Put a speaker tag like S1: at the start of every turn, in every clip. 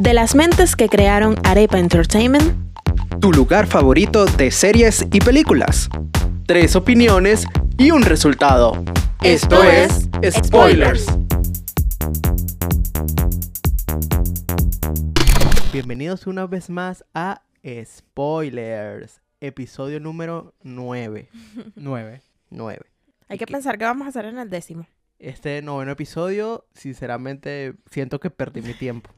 S1: De las mentes que crearon Arepa Entertainment,
S2: tu lugar favorito de series y películas. Tres opiniones y un resultado. Esto, es Spoilers. Bienvenidos una vez más a Spoilers, episodio número 9.
S3: 9.
S2: 9.
S4: Hay que pensar que vamos a hacer en el décimo.
S2: Este noveno episodio, sinceramente, siento que perdí mi tiempo.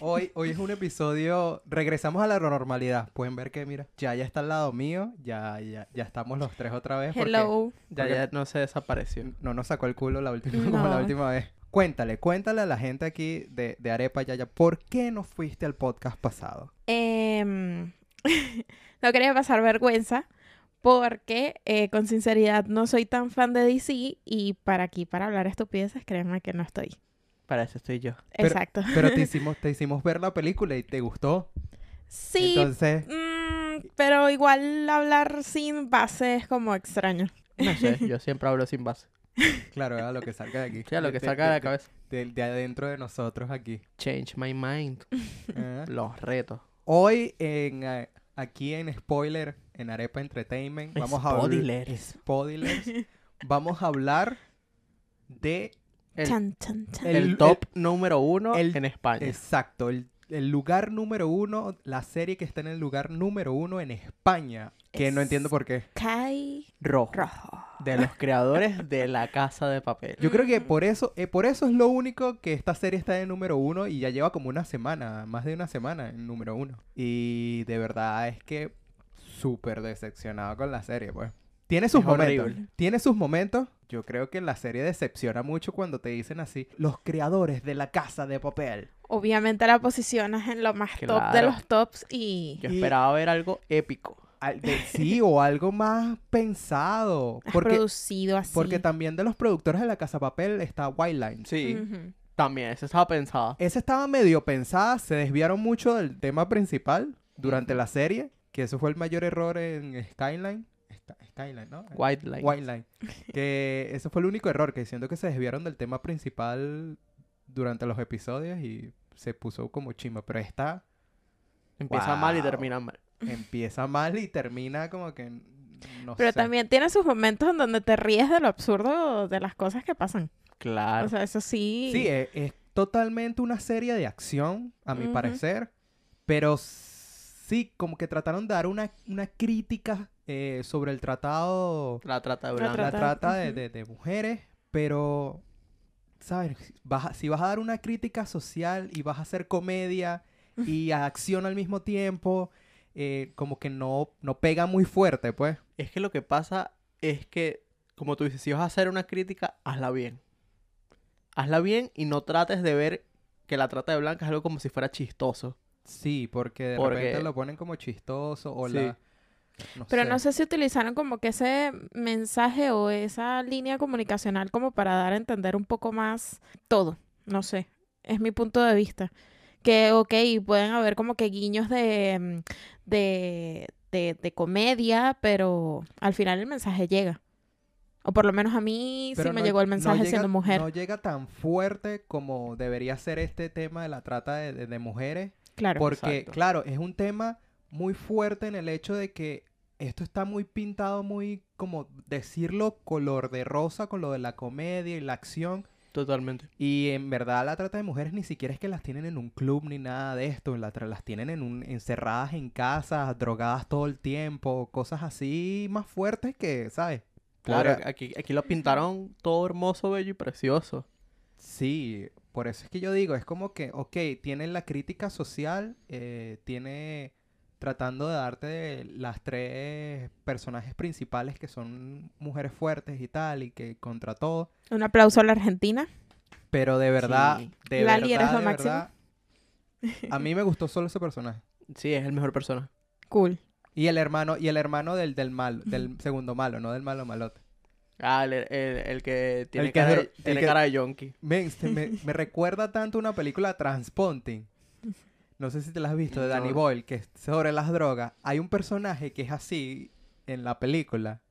S3: Hoy, hoy es un episodio. Regresamos a la normalidad. Pueden ver que, mira, ya ya está al lado mío. Ya, ya, ya estamos los tres otra vez. porque
S4: Hello.
S2: Ya,
S3: Porque-
S2: ya no se desapareció.
S3: No nos sacó el culo la última, como
S4: No.
S3: la última vez. Cuéntale, cuéntale a la gente aquí de, de Arepa Yaya, ¿por qué no fuiste al podcast pasado?
S4: Em, no quería pasar vergüenza porque, eh, con sinceridad, no soy tan fan de DC y para aquí, para hablar estupideces, créeme que no estoy.
S2: Para eso estoy yo.
S3: Pero-
S4: Exacto.
S3: Pero te hicimos, te hicimos ver la película y te gustó.
S4: Sí,
S3: Entonces,
S4: mm, pero igual hablar sin base es como extraño.
S2: No sé, yo siempre hablo sin base.
S3: claro, era lo que salga de aquí.
S2: sea, lo que
S3: De-
S2: saca de la cabeza.
S3: De, de adentro de nosotros aquí.
S2: Change my mind.
S3: Ah.
S2: Los retos.
S3: Hoy en eh, aquí en Spoiler, en Arepa Entertainment, vamos a hablar
S2: Spoilers.
S3: Spoilers. vamos a hablar de
S2: El,
S4: Chan, chan, chan.
S2: el
S3: el-
S2: top número uno
S3: el-
S2: en España.
S3: exacto, el, el lugar número uno, la serie que está en el lugar número uno en España, que no
S4: Es-
S3: entiendo por qué.
S4: Kai
S2: rojo.
S4: Rojo.
S2: De los creadores de La Casa de Papel.
S3: Yo creo que por eso, eh, por eso es lo único que esta serie está en número uno y ya lleva como una semana, más de una semana en número uno. Y de verdad es que súper decepcionado con la serie, pues. Tiene sus
S2: Es
S3: momentos.
S2: horrible.
S3: Tiene sus momentos. Yo creo que la serie decepciona mucho cuando te dicen así, los creadores de la casa de papel.
S4: Obviamente la posicionas en lo más top de
S2: Claro.
S4: los tops y...
S2: Yo
S3: Y-
S2: esperaba ver algo épico.
S3: Al- de- sí, o algo más pensado.
S4: has
S3: Porque,
S4: producido así.
S3: porque también de los productores de la casa de papel está White Lines.
S2: Sí.
S4: Ujú.
S2: También, eso estaba pensado.
S3: Esa estaba medio pensada, se desviaron mucho del tema principal durante la serie, que eso fue el mayor error en Skyline. Esta- Skyline, ¿no?
S2: Eh, White Line.
S3: White Line. Que ese fue el único error, que siento que se desviaron del tema principal durante los episodios y se puso como chima, pero esta
S2: Empieza mal y
S3: Wow.
S2: termina mal.
S3: empieza mal y termina como que n- no
S4: Pero
S3: sé.
S4: también tiene sus momentos en donde te ríes de lo absurdo de las cosas que pasan.
S2: Claro.
S4: O sea, eso sí.
S3: Sí, eh, es, es totalmente una serie de acción, a mi
S4: Ujú.
S3: parecer, pero sí, como que trataron de dar una, una crítica eh, sobre el tratado,
S2: la trata de
S4: La
S2: blanca.
S3: la
S4: Trata-
S3: trata de,
S4: ujú.
S3: de- de mujeres, pero, ¿sabes? Vas a- si vas a dar una crítica social y vas a hacer comedia y acción al mismo tiempo, eh, como que no, no pega muy fuerte, pues.
S2: Es que lo que pasa es que, como tú dices, si vas a hacer una crítica, hazla bien. Hazla bien y no trates de ver que la trata de blancas es algo como si fuera chistoso.
S3: Sí, porque de
S2: Porque-
S3: repente lo ponen como chistoso o
S2: Sí.
S3: la...
S4: Pero no sé si utilizaron como que ese mensaje o esa línea comunicacional como para dar a entender un poco más todo. No sé. Es mi punto de vista. Que, ok, pueden haber como que guiños de, mm, de, de, de comedia, pero al final el mensaje llega. O por lo menos a mí sí
S3: Pero
S4: me
S3: no-
S4: llegó el
S3: no
S4: mensaje
S3: llega-
S4: siendo mujer.
S3: No llega tan fuerte como debería ser este tema de la trata de, de- de mujeres.
S4: claro.
S3: Porque,
S2: exacto.
S3: claro, es un tema muy fuerte en el hecho de que esto está muy pintado, muy como decirlo color de rosa con lo de la comedia y la acción.
S2: Totalmente.
S3: Y en verdad la trata de mujeres ni siquiera es que las tienen en un club ni nada de esto. La tra- las tienen en un, encerradas en casas, drogadas todo el tiempo, cosas así más fuertes que, ¿sabes?
S2: Claro,
S3: Podrá-
S2: aquí, aquí lo pintaron todo hermoso, bello y precioso.
S3: Sí, por eso es que yo digo, es como que, ok, tiene la crítica social, eh, tiene tratando de darte de las tres personajes principales que son mujeres fuertes y tal, y que contra todo,
S4: Un aplauso a la Argentina.
S3: pero de verdad,
S2: Sí.
S3: de
S4: Lali,
S3: verdad,
S4: eres lo
S3: de
S4: máximo.
S3: verdad, a mí me gustó solo ese personaje.
S2: Sí, es el mejor persona.
S4: Cool.
S3: Y el hermano, y el hermano del, del malo, del segundo malo, no del malo malote.
S2: Ah, el, el- el que tiene,
S3: El que
S2: cara,
S3: es
S2: de-
S3: dro- el
S2: tiene
S3: que-
S2: cara de yonki.
S3: Men, este, Me, me recuerda tanto una película Transponting. No sé si te la has visto, de Danny
S2: No.
S3: Boyle, que es sobre las drogas. Hay un personaje que es así en la película,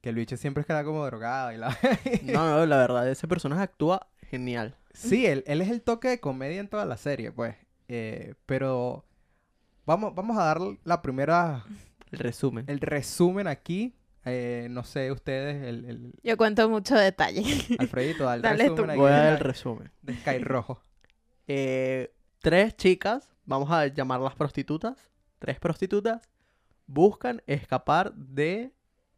S3: que el bicho siempre queda como drogado y la...
S2: No, no, la verdad, ese personaje actúa genial.
S3: Sí, él, él es el toque de comedia en toda la serie, pues. Eh, pero vamos, vamos a dar la primera,
S2: El resumen.
S3: el resumen aquí. Eh, no sé, ustedes, el, el
S4: Yo cuento mucho detalle.
S3: Alfredito, da el
S4: Dale tú. pues.
S3: resumen aquí
S2: Voy a
S3: de-
S2: dar el resumen.
S3: de Sky Rojo.
S2: Eh, tres chicas, vamos a llamarlas prostitutas. Tres prostitutas buscan escapar de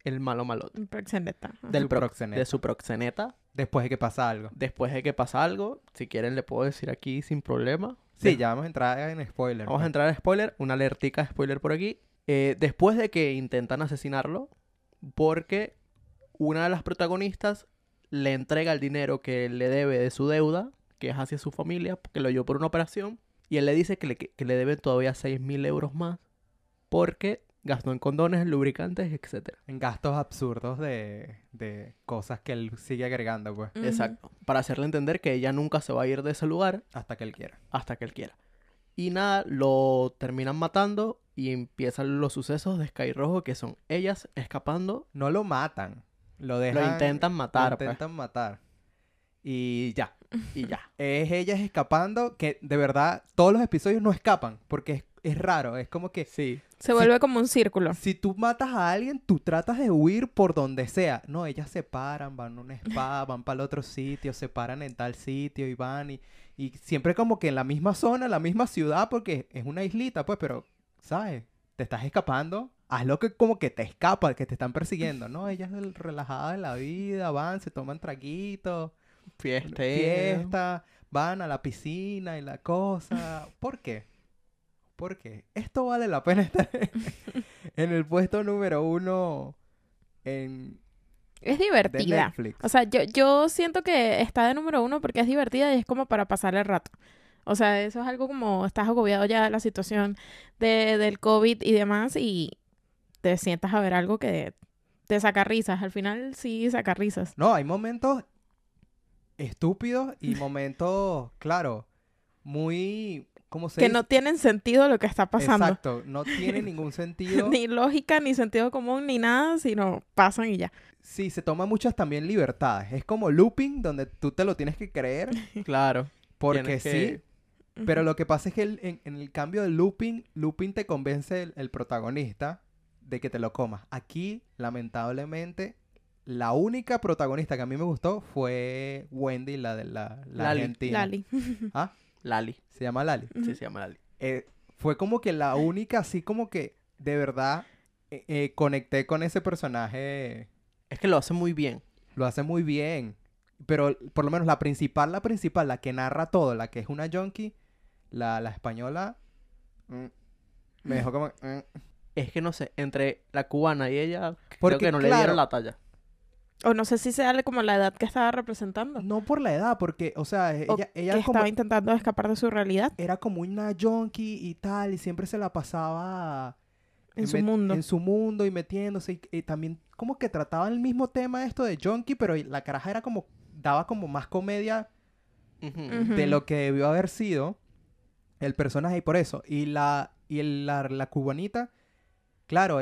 S2: el malo malote.
S4: Proxeneta. Ajá.
S2: Del
S3: Su
S2: prox-
S3: proxeneta.
S2: De su proxeneta.
S3: Después de que pasa algo.
S2: Después de que pasa algo, si quieren le puedo decir aquí sin problema.
S3: Sí, ya vamos a entrar en spoiler.
S2: Vamos a
S3: pues.
S2: entrar a spoiler, una alertica de spoiler por aquí. Eh, después de que intentan asesinarlo, porque una de las protagonistas le entrega el dinero que le debe de su deuda, que es hacia su familia, que lo dio por una operación, y él le dice que le, que que le debe todavía 6 mil euros más, porque gastó en condones, lubricantes, etc.
S3: En gastos absurdos de, de cosas que él sigue agregando, pues.
S4: Ujú.
S2: Exacto. Para hacerle entender que ella nunca se va a ir de ese lugar,
S3: Hasta que él quiera.
S2: hasta que él quiera. Y nada, lo terminan matando y empiezan los sucesos de Sky Rojo, que son ellas escapando,
S3: No lo matan. Lo dejan.
S2: lo intentan
S3: lo
S2: matar, pues,
S3: intentan matar. Y ya.
S2: y ya.
S3: Es ellas escapando, que de verdad todos los episodios no escapan, porque es, es raro. Es como que
S2: Sí,
S4: Se vuelve como un círculo.
S3: si tú matas a alguien, tú tratas de huir por donde sea. No, ellas se paran, van a un spa, van para el otro sitio, se paran en tal sitio y van y, y siempre como que en la misma zona, en la misma ciudad, porque es una islita, pues, pero, ¿sabes? Te estás escapando. Haz lo que como que te escapa, que te están persiguiendo, ¿no? Ellas el- relajadas de la vida, van, se toman traguitos,
S2: fiesta.
S3: fiesta, van a la piscina y la cosa. ¿Por qué? Porque esto vale la pena estar en el puesto número uno en
S4: Es
S3: de
S4: divertida.
S3: Netflix.
S4: O sea, yo, yo siento que está de número uno porque es divertida y es como para pasar el rato. O sea, eso es algo como estás agobiado ya de la situación de, del COVID y demás y te sientas a ver algo que te saca risas. Al final sí saca risas.
S3: No, hay momentos estúpidos y momentos, claro, muy, ¿cómo se
S4: Que
S3: dice?
S4: no tienen sentido lo que está pasando.
S3: Exacto, no tiene ningún sentido.
S4: Ni lógica, ni sentido común, ni nada, sino pasan y ya.
S3: Sí, se toman muchas también libertades. Es como looping, donde tú te lo tienes que creer,
S2: Claro.
S3: porque
S2: Tienes
S3: sí,
S2: que-
S3: Pero
S4: Ujú.
S3: lo que pasa es que el- en, en el cambio de looping, looping te convence el, el protagonista de que te lo comas. Aquí, lamentablemente, la única protagonista que a mí me gustó fue Wendy, la de la, la
S2: Lali.
S3: argentina.
S4: Lali.
S3: Ah,
S2: Lali.
S3: se llama Lali.
S2: Sí,
S4: Ujú.
S2: se llama Lali.
S3: Eh, fue como que la única, así como que de verdad eh, eh, conecté con ese personaje.
S2: Es que lo hace muy bien.
S3: Lo hace muy bien. Pero por lo menos la principal, la principal, la que narra todo, la que es una junkie, la, la española, mm, me dejó como... mm.
S2: Es que no sé, entre la cubana y ella,
S3: Porque,
S2: creo que no le
S3: claro,
S2: dieron la talla.
S4: O no sé si sea como la edad que estaba representando.
S3: No por la edad, porque, o sea, e-,
S4: O
S3: ella, ella
S4: que
S3: como-
S4: estaba intentando escapar de su realidad
S3: era como una junkie y tal, y siempre se la pasaba...
S4: en su
S3: met-
S4: mundo.
S3: En su mundo y metiéndose. Y, y también como que trataba el mismo tema esto de junkie, pero la caraja era como... Daba como más comedia
S2: Ujú.
S4: Ujú.
S3: de lo que debió haber sido el personaje y por eso. Y la, y el- la, la cubanita, claro,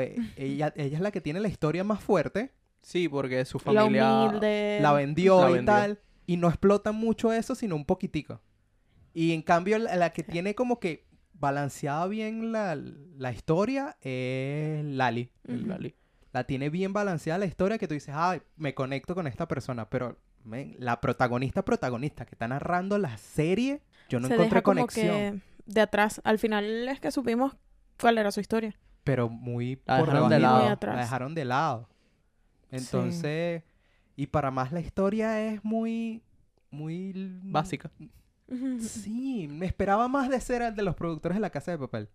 S3: eh, ella, ella es la que tiene la historia más fuerte,
S2: Sí, porque su
S4: La
S2: familia...
S4: humilde.
S3: la vendió
S2: La
S3: y
S2: vendió.
S3: tal, y no explota mucho eso, sino un poquitico. Y en cambio, la, la que tiene como que balanceada bien la, la historia es Lali.
S2: El
S4: Ujú.
S2: Lali.
S3: La tiene bien balanceada la historia que tú dices, ay, me conecto con esta persona, pero... men, La protagonista, protagonista, que está narrando la serie, yo no
S4: se
S3: encontré
S4: deja como que
S3: conexión.
S4: de atrás. Al final es que supimos cuál era su historia.
S3: pero muy
S2: La
S3: por
S2: dejaron de
S3: debajito,
S2: lado. Muy
S4: atrás.
S3: La dejaron de lado. Entonces, y para más la historia es muy, muy l-
S2: Básica.
S3: Sí, me esperaba más de ser el de los productores de La Casa de Papel.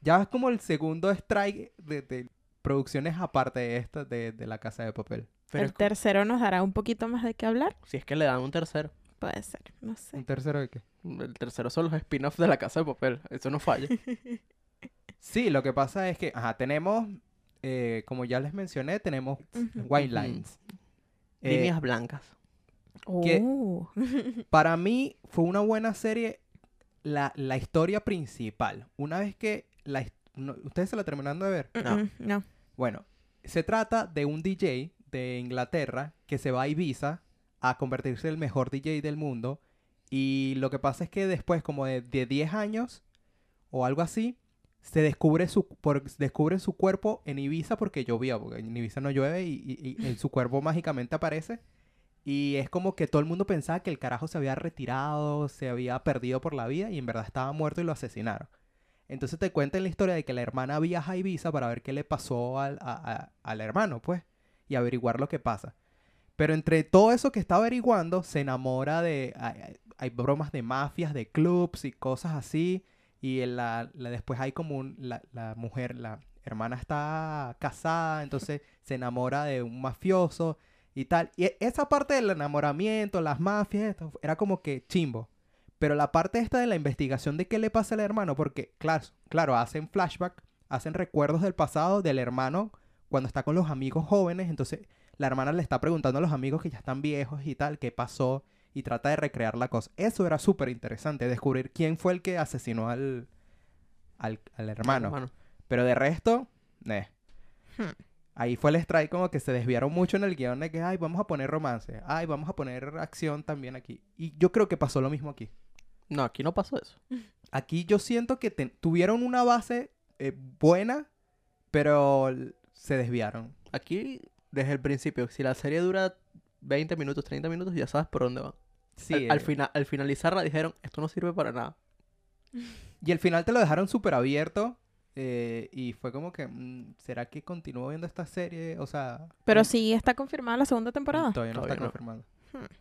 S3: Ya es como el segundo strike de, de producciones aparte de esta de, de La Casa de Papel.
S2: Pero
S4: el
S2: es co-
S4: tercero nos dará un poquito más de qué hablar.
S2: si es que le dan un tercero.
S4: Puede ser, no sé.
S3: ¿Un tercero de qué?
S2: El tercero son los spin-offs de la casa de papel. Eso no falla.
S3: Sí, lo que pasa es que, ajá, tenemos, eh, como ya les mencioné, tenemos
S4: Ujú.
S3: White
S2: Ujú.
S3: Lines. Eh,
S2: Líneas blancas.
S3: que-
S4: Oh.
S3: Para mí fue una buena serie la, la historia principal. Una vez que la... his- no- ¿Ustedes se la terminaron de ver?
S2: No.
S4: Mm, no.
S3: Bueno, se trata de un DJ de Inglaterra que se va a Ibiza a convertirse en el mejor DJ del mundo Y lo que pasa es que después, como de, de 10 años o algo así, se descubre su, por- descubre su cuerpo en Ibiza porque llovía, porque en Ibiza no llueve y, y- y en su cuerpo mágicamente aparece. Y es como que todo el mundo pensaba que el carajo se había retirado, se había perdido por la vida y en verdad estaba muerto y lo asesinaron. Entonces te cuentan la historia de que la hermana viaja a Ibiza para ver qué le pasó al, a- a- al hermano, pues, y averiguar lo que pasa. Pero entre todo eso que está averiguando, se enamora de... Hay, hay- hay bromas de mafias, de clubs y cosas así. Y en la, la- después hay como un- la, la mujer, la hermana está casada, entonces se enamora de un mafioso y tal. Y e- esa parte del enamoramiento, las mafias, esto, era como que chimbo. Pero la parte esta de la investigación de qué le pasa al hermano, porque claro, claro, hacen flashback, hacen recuerdos del pasado del hermano cuando está con los amigos jóvenes, entonces la hermana le está preguntando a los amigos que ya están viejos y tal, qué pasó, y trata de recrear la cosa. Eso era súper interesante, descubrir quién fue el que asesinó al, al, al hermano. Pero de resto, eh.
S4: Hmm.
S3: Ahí fue el strike como que se desviaron mucho en el guión de que, ay, vamos a poner romance, ay, vamos a poner acción también aquí. Y yo creo que pasó lo mismo aquí.
S2: No, aquí no pasó eso.
S3: Aquí yo siento que te- tuvieron una base eh, buena, pero l- se desviaron.
S2: Aquí, desde el principio, si la serie dura 20 minutos, 30 minutos, ya sabes por dónde va.
S3: Sí,
S2: al, al
S3: eh,
S2: fina- al finalizarla dijeron, esto no sirve para nada.
S3: Y al final te lo dejaron súper abierto. eh, y fue como que, mm, ¿será que continúo viendo esta serie? O sea,
S4: Pero sí está confirmada la segunda temporada.
S3: Todavía no
S2: Todavía
S3: está
S2: no.
S3: confirmado.
S4: Hmm.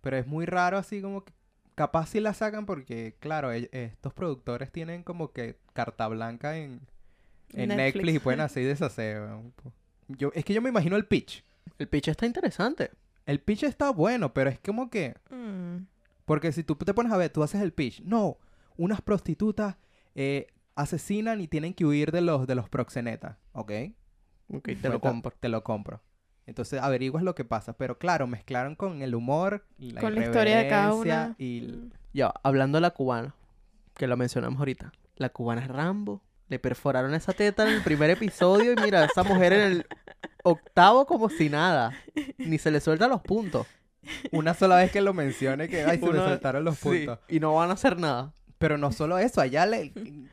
S3: Pero es muy raro así como que capaz si la sacan porque claro, ell- estos productores tienen como que carta blanca en, en Netflix. y pueden así deshacer. weón. Yo es que yo me imagino el pitch.
S2: El pitch está interesante.
S3: El pitch está bueno, pero es como que
S4: Mm.
S3: porque si tú te pones a ver, tú haces el pitch. No, unas prostitutas eh, asesinan y tienen que huir de los de los proxenetas, ¿ok?
S2: Ok, te lo
S3: Cuenta-
S2: compro.
S3: Te lo compro. Entonces averiguas lo que pasa. Pero claro, mezclaron con el humor, la
S4: Con la historia de cada
S3: irreverencia
S4: una. Mm.
S3: Y l-
S2: Ya, va, hablando de la cubana, que la mencionamos ahorita. La cubana es Rambo. Le perforaron esa teta en el primer episodio y mira, esa mujer en el octavo como si nada. Ni se le sueltan los puntos.
S3: una sola vez que lo mencione, que ay, se me
S2: Uno-
S3: saltaron los
S2: Sí,
S3: puntos.
S2: y no van a hacer nada.
S3: Pero no solo eso, allá le. le-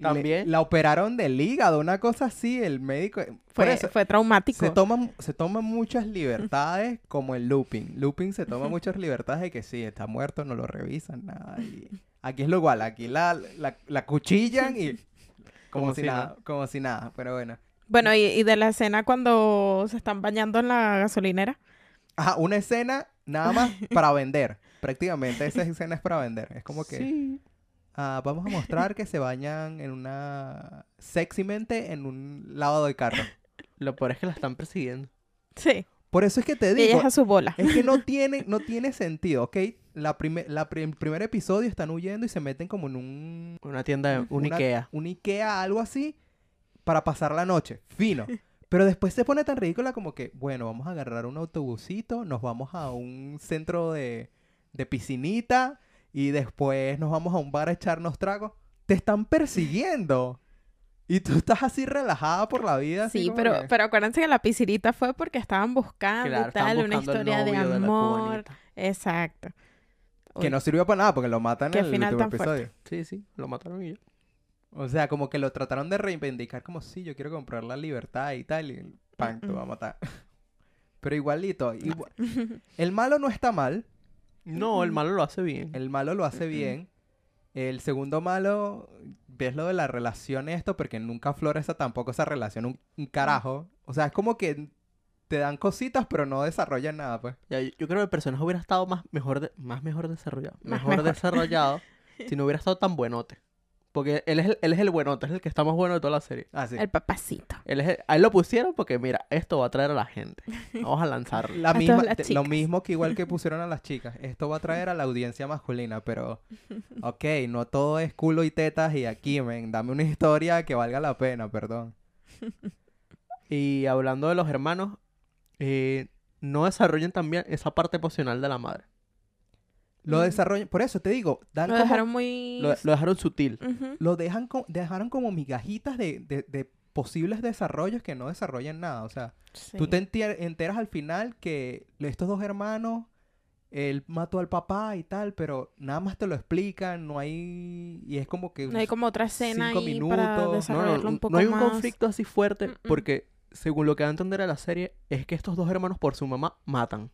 S2: También.
S3: la operaron del hígado, una cosa así. El médico. eh, por
S4: Fue,
S3: eso,
S4: fue traumático.
S3: se toman, se toman muchas libertades como el looping. Looping se toma muchas libertades de que sí, está muerto, no lo revisan, nada. y aquí es lo igual, aquí la, la, la cuchillan y. Como,
S2: Como
S3: si
S2: si
S3: nada,
S2: nada.
S3: como si nada, pero bueno.
S4: Bueno, y, y de la escena cuando se están bañando en la gasolinera.
S3: Ajá, una escena nada más para vender. Prácticamente esa escena es para vender. Es como que
S2: Sí.
S3: ah, vamos a mostrar que se bañan en una sexymente en un lavado de carro.
S2: Lo peor es que la están persiguiendo.
S4: Sí.
S3: Por eso es que te
S4: Y ella
S3: digo,
S4: es a su bola.
S3: es que no tiene no tiene sentido, ¿ok? La prime- la pri- el primer episodio están huyendo y se meten como en un
S2: Una tienda, de- un
S3: una-
S2: Ikea.
S3: un Ikea, algo así, para pasar la noche. Fino. Pero después se pone tan ridícula como que, bueno, vamos a agarrar un autobusito, nos vamos a un centro de, de piscinita y después nos vamos a un bar a echarnos tragos. Te están persiguiendo. Y tú estás así relajada por la vida. así
S4: Sí,
S3: como
S4: pero,
S3: que-
S4: pero acuérdense que la piscinita fue porque estaban buscando
S2: Claro,
S4: y tal,
S2: están
S4: Ah, una
S2: buscando el
S4: historia de
S2: novio la
S4: amor.
S2: cubanita.
S4: Exacto.
S3: Que
S4: Uy,
S3: no sirvió para nada porque lo matan
S4: Qué
S3: en el
S4: final
S3: último
S4: tan fuerte.
S2: Sí,
S3: episodio.
S2: sí, lo mataron y ya.
S3: O sea, como que lo trataron de reivindicar como, sí, yo quiero comprar la libertad y tal, y pan, te va a
S4: Mm-mm.
S3: matar. Pero igualito, igual- el malo no está mal,
S2: No, el malo lo hace bien.
S3: el malo lo hace bien. El segundo malo, ves lo de la relación esto, porque nunca aflora esa tampoco esa relación, un, un carajo. O sea, es como que te dan cositas, pero no desarrollan nada, pues.
S2: Ya, yo, yo creo que el personaje hubiera estado más mejor, de- más mejor desarrollado.
S4: Más
S2: Mejor,
S4: mejor.
S2: desarrollado si no hubiera estado tan buenote. Porque él es, el, él es el buenote, es el que está más bueno de toda la serie.
S3: Así.
S4: El papacito.
S2: Él es el- a él lo pusieron porque, mira, esto va a atraer a la gente. Vamos a lanzarlo.
S3: La
S4: A todas
S3: misma,
S4: las
S3: te- lo
S4: chicas.
S3: mismo que igual que pusieron a las chicas. Esto va a traer a la audiencia masculina, pero... Ok, no todo es culo y tetas y aquí, men. Dame una historia que valga la pena, perdón.
S2: Y hablando de los hermanos, eh, no desarrollan también esa parte emocional de la madre.
S3: Lo
S4: Mm.
S3: desarrollan... Por eso te digo, dan
S4: Lo
S3: como-
S4: dejaron muy...
S2: Lo, lo dejaron sutil.
S4: Ujú.
S3: lo dejan co- dejaron como migajitas de, de- de posibles desarrollos que no desarrollan nada. O sea, tú
S4: Sí.
S3: te entier- enteras al final que lo- estos dos hermanos él mató al papá y tal, pero nada más te lo explican, no hay... Y es como que...
S4: No hay como otra escena
S3: Cinco
S4: ahí
S3: minutos. No,
S4: para
S3: no,
S4: desarrollarlo un poco
S2: no hay un
S4: más.
S2: conflicto así fuerte
S4: Mm-mm.
S2: porque, según lo que va a entender a la serie, es que estos dos hermanos por su mamá matan.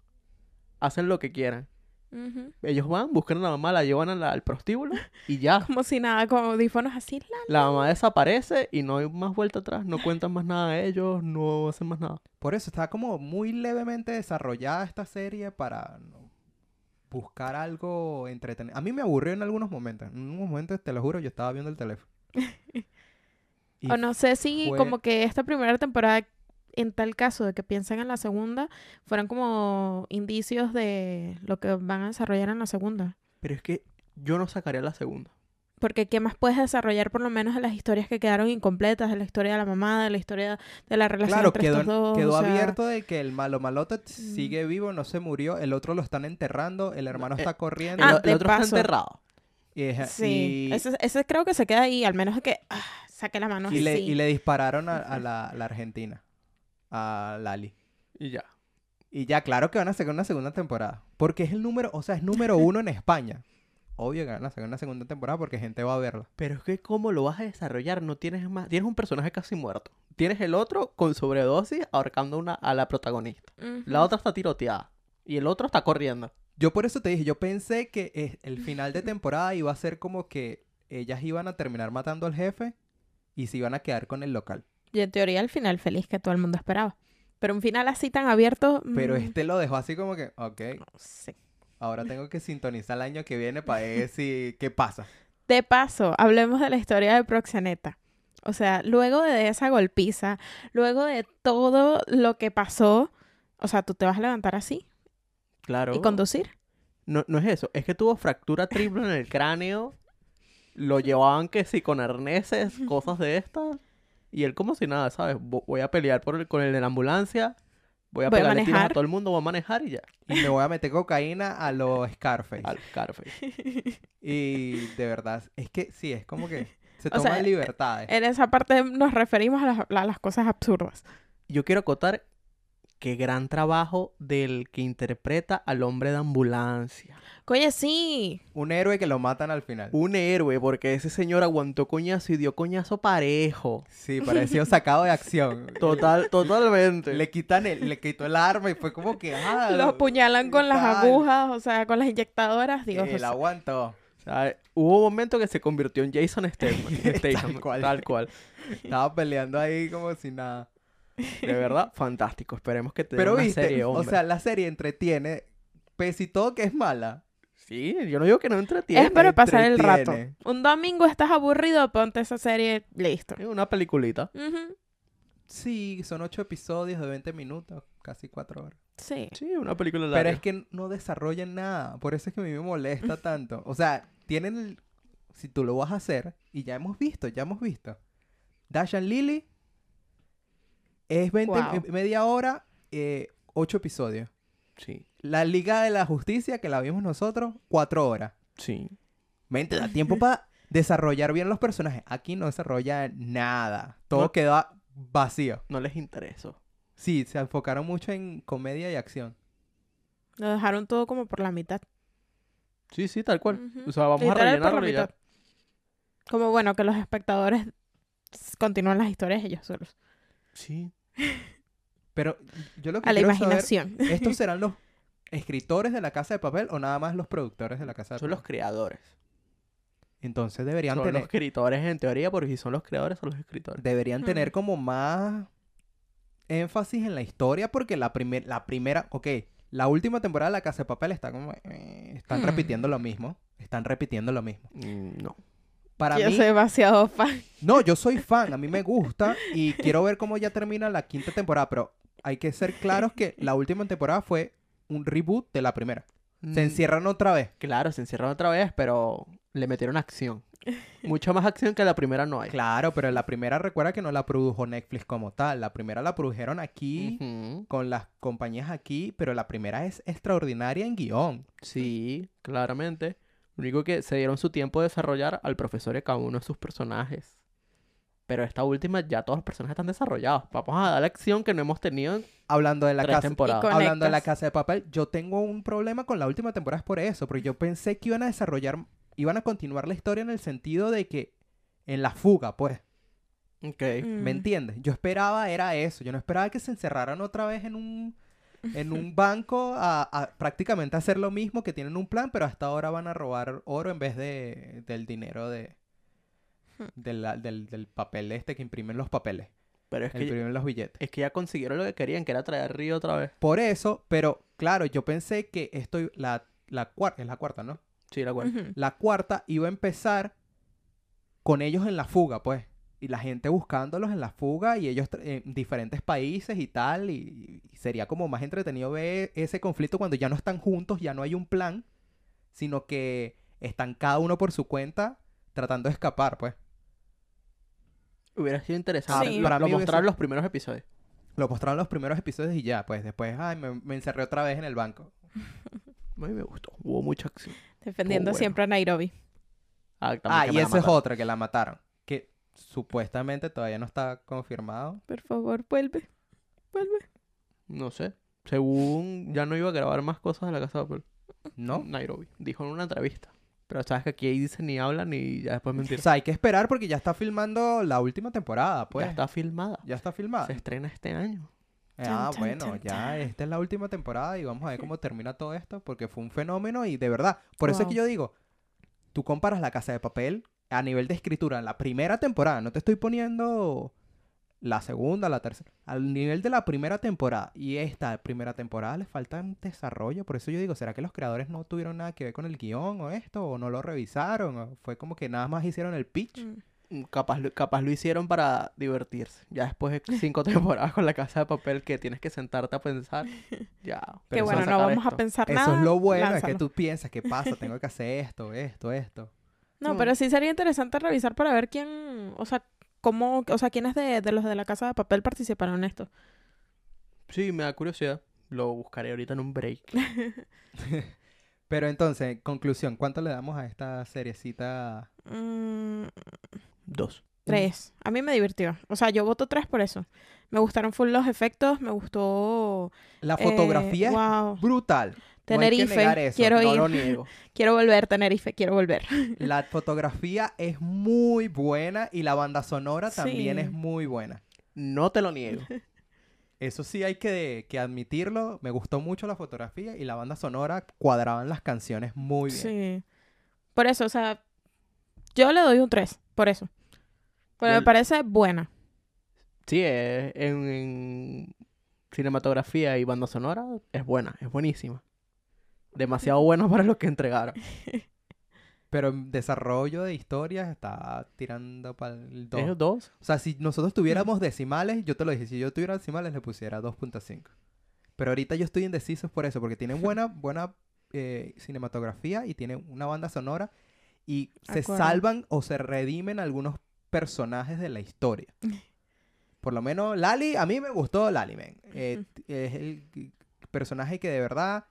S2: Hacen lo que quieran.
S4: Ujú.
S2: Ellos van, buscan a la mamá, la llevan a la- al prostíbulo y ya.
S4: Como si nada, con audífonos así. la-
S2: La mamá desaparece y no hay más vuelta atrás. No cuentan más nada de ellos, no hacen más nada.
S3: Por eso está como muy levemente desarrollada esta serie para no, buscar algo entretenido. A mí me aburrió en algunos momentos. En unos momentos, te lo juro, yo estaba viendo el teléfono. Y
S4: O no sé si
S3: fue-
S4: como que esta primera temporada, en tal caso de que piensen en la segunda, fueron como indicios de lo que van a desarrollar en la segunda.
S2: Pero es que yo no sacaría la segunda.
S4: Porque ¿qué más puedes desarrollar por lo menos de las historias que quedaron incompletas? De la historia de la mamá, de la historia de la relación
S3: Claro,
S4: entre
S3: quedó,
S4: estos dos.
S3: quedó
S4: o sea, Mm.
S3: abierto de que el malo malote sigue vivo, no se murió, el otro lo están enterrando, el hermano
S2: eh,
S3: está
S2: El,
S3: corriendo.
S4: Ah,
S2: o- el
S4: de
S2: otro
S4: paso.
S2: está enterrado.
S3: y, deja-
S4: Sí,
S3: y-
S4: ese, ese creo que se queda ahí, al menos que ah, saque la mano
S3: y le,
S4: así.
S3: y le dispararon a, a la, a la argentina, a Lali.
S2: Y ya.
S3: Y ya, claro que van a sacar una segunda temporada. Porque es el número, o sea, es número uno en España. Obvio que van a sacar una segunda temporada porque gente va a verla.
S2: Pero es que cómo lo vas a desarrollar, no tienes más, tienes un personaje casi muerto. Tienes el otro con sobredosis ahorcando una, a la protagonista.
S4: Ujú.
S2: La otra está tiroteada y el otro está corriendo.
S3: Yo por eso te dije, yo pensé que eh, el final de temporada iba a ser como que ellas iban a terminar matando al jefe y se iban a quedar con el local.
S4: Y en teoría el final feliz que todo el mundo esperaba. Pero un final así tan abierto...
S3: Pero
S4: mm,
S3: este lo dejó así como que, ok,
S4: no sé.
S3: ahora tengo que sintonizar el año que viene para ver si qué pasa.
S4: De paso, hablemos de la historia de Proxeneta. O sea, luego de esa golpiza, luego de todo lo que pasó, o sea, tú te vas a levantar así
S2: Claro.
S4: y conducir.
S2: No, no es eso, es que tuvo fractura triple en el cráneo, lo llevaban que sí con arneses, cosas de estas, y él como si nada, ¿sabes? Vo- Voy a pelear por el, con el de la ambulancia, voy a
S4: Voy a
S2: pegarle tiros a
S4: manejar.
S2: todo el mundo, voy a manejar y ya.
S3: Y me voy a meter cocaína a los Scarface.
S2: Al Scarface.
S3: Y de verdad, es que sí, es como que se
S4: O sea, eh,
S3: toman libertades.
S4: En esa parte nos referimos a las, a las cosas absurdas.
S2: Yo quiero acotar que gran trabajo del que interpreta al hombre de ambulancia.
S4: Oye, sí.
S3: Un héroe que lo matan al final.
S2: Un héroe, porque ese señor aguantó coñazo y dio coñazo parejo.
S3: Sí, pareció sacado de acción.
S2: Total, totalmente.
S3: Le quitan el, le quitó el arma y fue como que ah,
S4: Los apuñalan con las
S3: tal,
S4: agujas, o sea, con las inyectadoras.
S3: que
S4: Digo, o
S3: él
S4: sea,
S3: aguantó.
S2: O sea, hubo un momento que se convirtió en Jason Statham. Statham, tal,
S3: cual.
S2: cual.
S3: Estaba peleando ahí como si nada.
S2: De verdad, fantástico. Esperemos que te dé
S3: Pero
S2: una
S3: viste,
S2: serie,
S3: o
S2: hombre.
S3: sea, la serie entretiene, pese y todo que es mala.
S2: sí, yo no digo que no entretiene.
S4: es para pasar el rato.
S3: entretiene.
S4: Un domingo estás aburrido, ponte esa serie, listo.
S2: Es una peliculita.
S4: Ujú,
S3: Sí, son ocho episodios de 20 minutos, casi cuatro horas.
S4: Sí.
S2: Sí, una película larga.
S3: Pero es que no desarrollan nada, por eso es que a mí me molesta tanto. O sea, tienen el... Si tú lo vas a hacer, y ya hemos visto, ya hemos visto. Dash and Lily es 20,
S4: Wow.
S3: eh, media hora, eh, ocho episodios.
S2: Sí,
S3: La Liga de la Justicia, que la vimos nosotros, cuatro horas.
S2: sí.
S3: Mente, da tiempo para desarrollar bien los personajes. Aquí no desarrolla nada. Todo
S2: No.
S3: queda vacío.
S2: No les interesó.
S3: Sí, se enfocaron mucho en comedia y acción.
S4: Lo dejaron todo como por la mitad.
S2: Sí, sí, tal cual.
S4: Ujú.
S2: O sea, vamos a
S4: Literal, por la
S2: rellenarlo y ya.
S4: mitad. Como bueno, que los espectadores s- continúan las historias ellos solos.
S2: Sí.
S3: Pero yo lo que
S4: A la
S3: quiero saber,
S4: imaginación.
S3: ¿estos serán los escritores de la Casa de Papel o nada más los productores de la Casa de
S2: Son
S3: Papel?
S2: los creadores.
S3: Entonces deberían
S2: Son los
S3: tener,
S2: escritores en teoría, porque si son los creadores, son Hmm. los escritores.
S3: deberían
S4: Mm.
S3: tener como más énfasis en la historia porque la, primer, la primera, ok, la última temporada de la Casa de Papel está como, eh, están
S2: Hmm.
S4: Mm.
S3: repitiendo lo mismo, están repitiendo lo mismo.
S2: Mm, No.
S3: Para
S4: Yo
S3: mí,
S4: soy demasiado fan.
S3: No, yo soy fan, a mí me gusta y quiero ver cómo ya termina la quinta temporada, pero hay que ser claros que la última temporada fue un reboot de la primera. Se
S2: Mm,
S3: encierran otra vez.
S2: Claro, se encierran otra vez, pero le metieron acción. Mucha más acción que la primera no hay.
S3: Claro, pero la primera recuerda que no la produjo Netflix como tal, la primera la produjeron aquí
S2: Ujú.
S3: con las compañías aquí, pero la primera es extraordinaria en guión.
S2: Sí, claramente. Lo único que se dieron su tiempo de desarrollar al profesor y a cada uno de sus personajes. Pero esta última ya todos los personajes están desarrollados. Vamos a dar la acción que no hemos tenido en
S3: Hablando de la
S2: tres
S3: casa.
S2: temporadas.
S4: Icon-
S3: Hablando de la
S4: Conectas.
S3: casa de papel, yo tengo un problema con la última temporada es por eso, porque yo pensé que iban a desarrollar, iban a continuar la historia en el sentido de que en la fuga, pues,
S2: Ok.
S4: Mm.
S3: ¿me entiendes? Yo esperaba era eso, yo no esperaba que se encerraran otra vez en un en un banco a, a prácticamente hacer lo mismo que tienen un plan, pero hasta ahora van a robar oro en vez de del dinero de de la- del, del papel este que imprimen los papeles,
S2: Pero es
S3: que
S2: que,
S3: imprimen los billetes.
S2: es que ya consiguieron lo que querían, que era traer Río otra vez.
S3: Por eso, pero claro, yo pensé que esto, i- la, la cuarta, es la cuarta, ¿no?
S2: Sí, la cual.
S4: Ujú.
S3: La cuarta iba a empezar con ellos en la fuga, pues. Y la gente buscándolos en la fuga y ellos tra- en diferentes países y tal. Y, y sería como más entretenido ver ese conflicto cuando ya no están juntos, ya no hay un plan, sino que están cada uno por su cuenta tratando de escapar, pues.
S2: Hubiera sido interesante.
S4: Sí.
S2: Lo-
S3: Para
S2: lo
S3: mí hubiese-
S2: mostraron los primeros episodios.
S3: Lo mostraron los primeros episodios y ya, pues después, ay, me, me encerré otra vez en el banco.
S2: A mí me gustó. Hubo mucha acción.
S4: Defendiendo
S2: Estuvo bueno.
S4: siempre a Nairobi.
S2: Ah, también
S3: Ah,
S2: que
S3: y
S2: me la
S3: esa es
S2: mataron.
S3: otra que la mataron. Que supuestamente todavía no está confirmado.
S4: Por favor, vuelve. Vuelve.
S2: No sé. Según ya no iba a grabar más cosas de la casa de papel.
S3: No.
S2: Nairobi. Dijo en una entrevista. Pero sabes que aquí dice ni habla ni ya después
S3: O
S2: mentir.
S3: sea, hay que esperar porque ya está filmando la última temporada, pues.
S2: ya está filmada.
S3: Ya está filmada.
S2: Se estrena este año.
S3: Ah,
S4: Chan, chan,
S3: bueno,
S4: chan,
S3: ya
S4: chan.
S3: esta es la última temporada y vamos a ver cómo termina todo esto porque fue un fenómeno y de verdad. Por eso es que
S4: Wow.
S3: yo digo, tú comparas La Casa de Papel a nivel de escritura, la primera temporada, no te estoy poniendo la segunda, la tercera, al nivel de la primera temporada y esta primera temporada le falta un desarrollo, por eso yo digo, ¿será que los creadores no tuvieron nada que ver con el guión o esto o no lo revisaron? O fue como que nada más hicieron el pitch.
S4: Mm.
S2: Mm, Capaz, lo- capaz lo hicieron para divertirse. Ya después de cinco temporadas con la casa de papel que tienes que sentarte a pensar. Ya.
S4: Que
S2: pero
S4: bueno, no
S2: sacar
S4: vamos a
S2: esto.
S4: pensar
S3: Eso
S4: nada.
S3: es lo bueno, es
S4: lánzalo.
S3: que tú piensas, ¿qué pasa? Tengo que hacer esto, esto, esto.
S4: No, pero sí sería interesante revisar para ver quién, o sea, cómo, o sea, quiénes de, de los de la Casa de Papel participaron en esto.
S2: Sí, me da curiosidad. Lo buscaré ahorita en un break.
S3: Pero entonces, conclusión, ¿cuánto le damos a esta seriecita?
S4: Mm,
S2: Dos.
S4: tres.
S3: Mm.
S4: A mí me divirtió. O sea, yo voto tres por eso. Me gustaron full los efectos, me gustó...
S3: La
S4: eh,
S3: fotografía es
S4: wow.
S3: brutal.
S4: Tenerife,
S3: negar eso,
S4: quiero
S2: No
S4: ir,
S2: lo niego.
S4: quiero volver, Tenerife, quiero volver.
S3: La fotografía es muy buena y la banda sonora también
S4: Sí.
S3: es muy buena.
S2: No te lo niego.
S3: Eso sí hay que, que admitirlo. Me gustó mucho la fotografía y la banda sonora cuadraban las canciones muy bien.
S4: Sí. Por eso, o sea, yo le doy un tres, por eso. Pero
S2: Yo
S4: me
S2: le-
S4: parece buena.
S2: Sí, es- en, en cinematografía y banda sonora es buena, es buenísima. Demasiado buena para lo que entregaron.
S3: Pero en desarrollo de historias está tirando para el 2.
S2: ¿Es dos?
S3: O sea, si nosotros tuviéramos decimales, yo te lo dije, si yo tuviera decimales le pusiera 2.5. Pero ahorita yo estoy indeciso por eso, porque tienen buena, buena eh, cinematografía y tienen una banda sonora y se
S4: Acuerdo.
S3: salvan o se redimen algunos personajes de la historia. Por lo menos Lali, a mí me gustó Lali, men. Eh, es el personaje que de verdad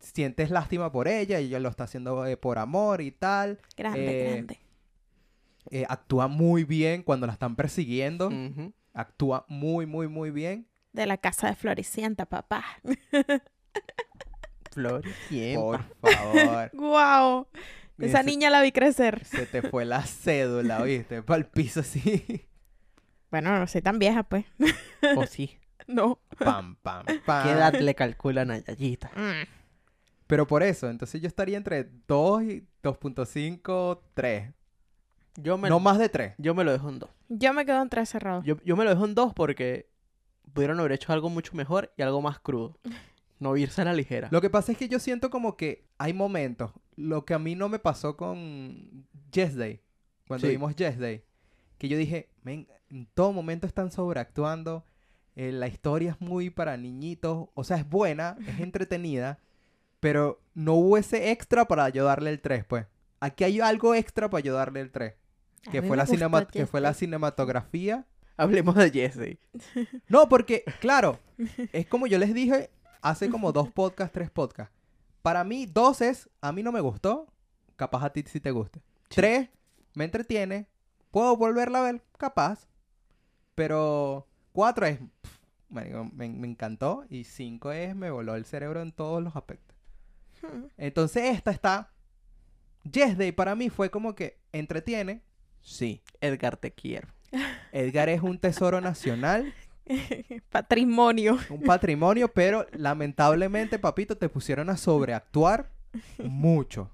S3: sientes lástima por ella, ella lo está haciendo eh, por amor y tal.
S4: Grande,
S3: Eh,
S4: grande.
S3: Eh, actúa muy bien cuando la están persiguiendo
S2: Ujú.
S3: actúa muy, muy, muy bien.
S4: De la Casa de Floricienta, papá.
S2: Floricienta.
S3: Por favor.
S4: ¡Guau! Esa
S3: Ese-
S4: niña la vi crecer.
S3: Se te fue la cédula, ¿viste? Pa'l piso así.
S4: Bueno, no soy tan vieja, pues.
S2: O sí.
S4: No.
S3: Pam, pam, pam.
S2: ¿Qué edad le calculan a Yayita?
S4: Mm.
S3: Pero por eso, entonces yo estaría entre 2 y 2.5, 3.
S2: Yo me,
S3: No más de 3.
S2: yo me lo dejo en dos.
S4: Yo me quedo en tres cerrados.
S2: Yo, yo me lo dejo en dos porque pudieron haber hecho algo mucho mejor y algo más crudo. No irse a la ligera.
S3: Lo que pasa es que yo siento como que hay momentos. Lo que a mí no me pasó con Yes Day. Cuando
S2: Sí.
S3: vimos Yes Day. Que yo dije, "Men, en todo momento están sobreactuando. eh, la historia es muy para niñitos. O sea, es buena, es entretenida. pero no hubo ese extra para ayudarle el 3, pues. Aquí hay algo extra para ayudarle el 3. Que fue, la cinema- que fue la cinematografía.
S2: Hablemos de Jesse.
S3: No, porque, claro, es como yo les dije hace como dos podcasts, tres podcasts. Para mí, dos es, a mí no me gustó, capaz a ti sí te guste. Tres, me entretiene, puedo volverla a ver, capaz, pero cuatro es, pf, marico, me, me encantó, y cinco es, me voló el cerebro en todos los aspectos.
S4: Hmm.
S3: Entonces esta está, Yes Day para mí fue como que entretiene, sí.
S2: Edgar, te quiero.
S3: Edgar es un tesoro nacional,
S4: Patrimonio.
S3: un patrimonio, pero lamentablemente, papito, te pusieron a sobreactuar mucho.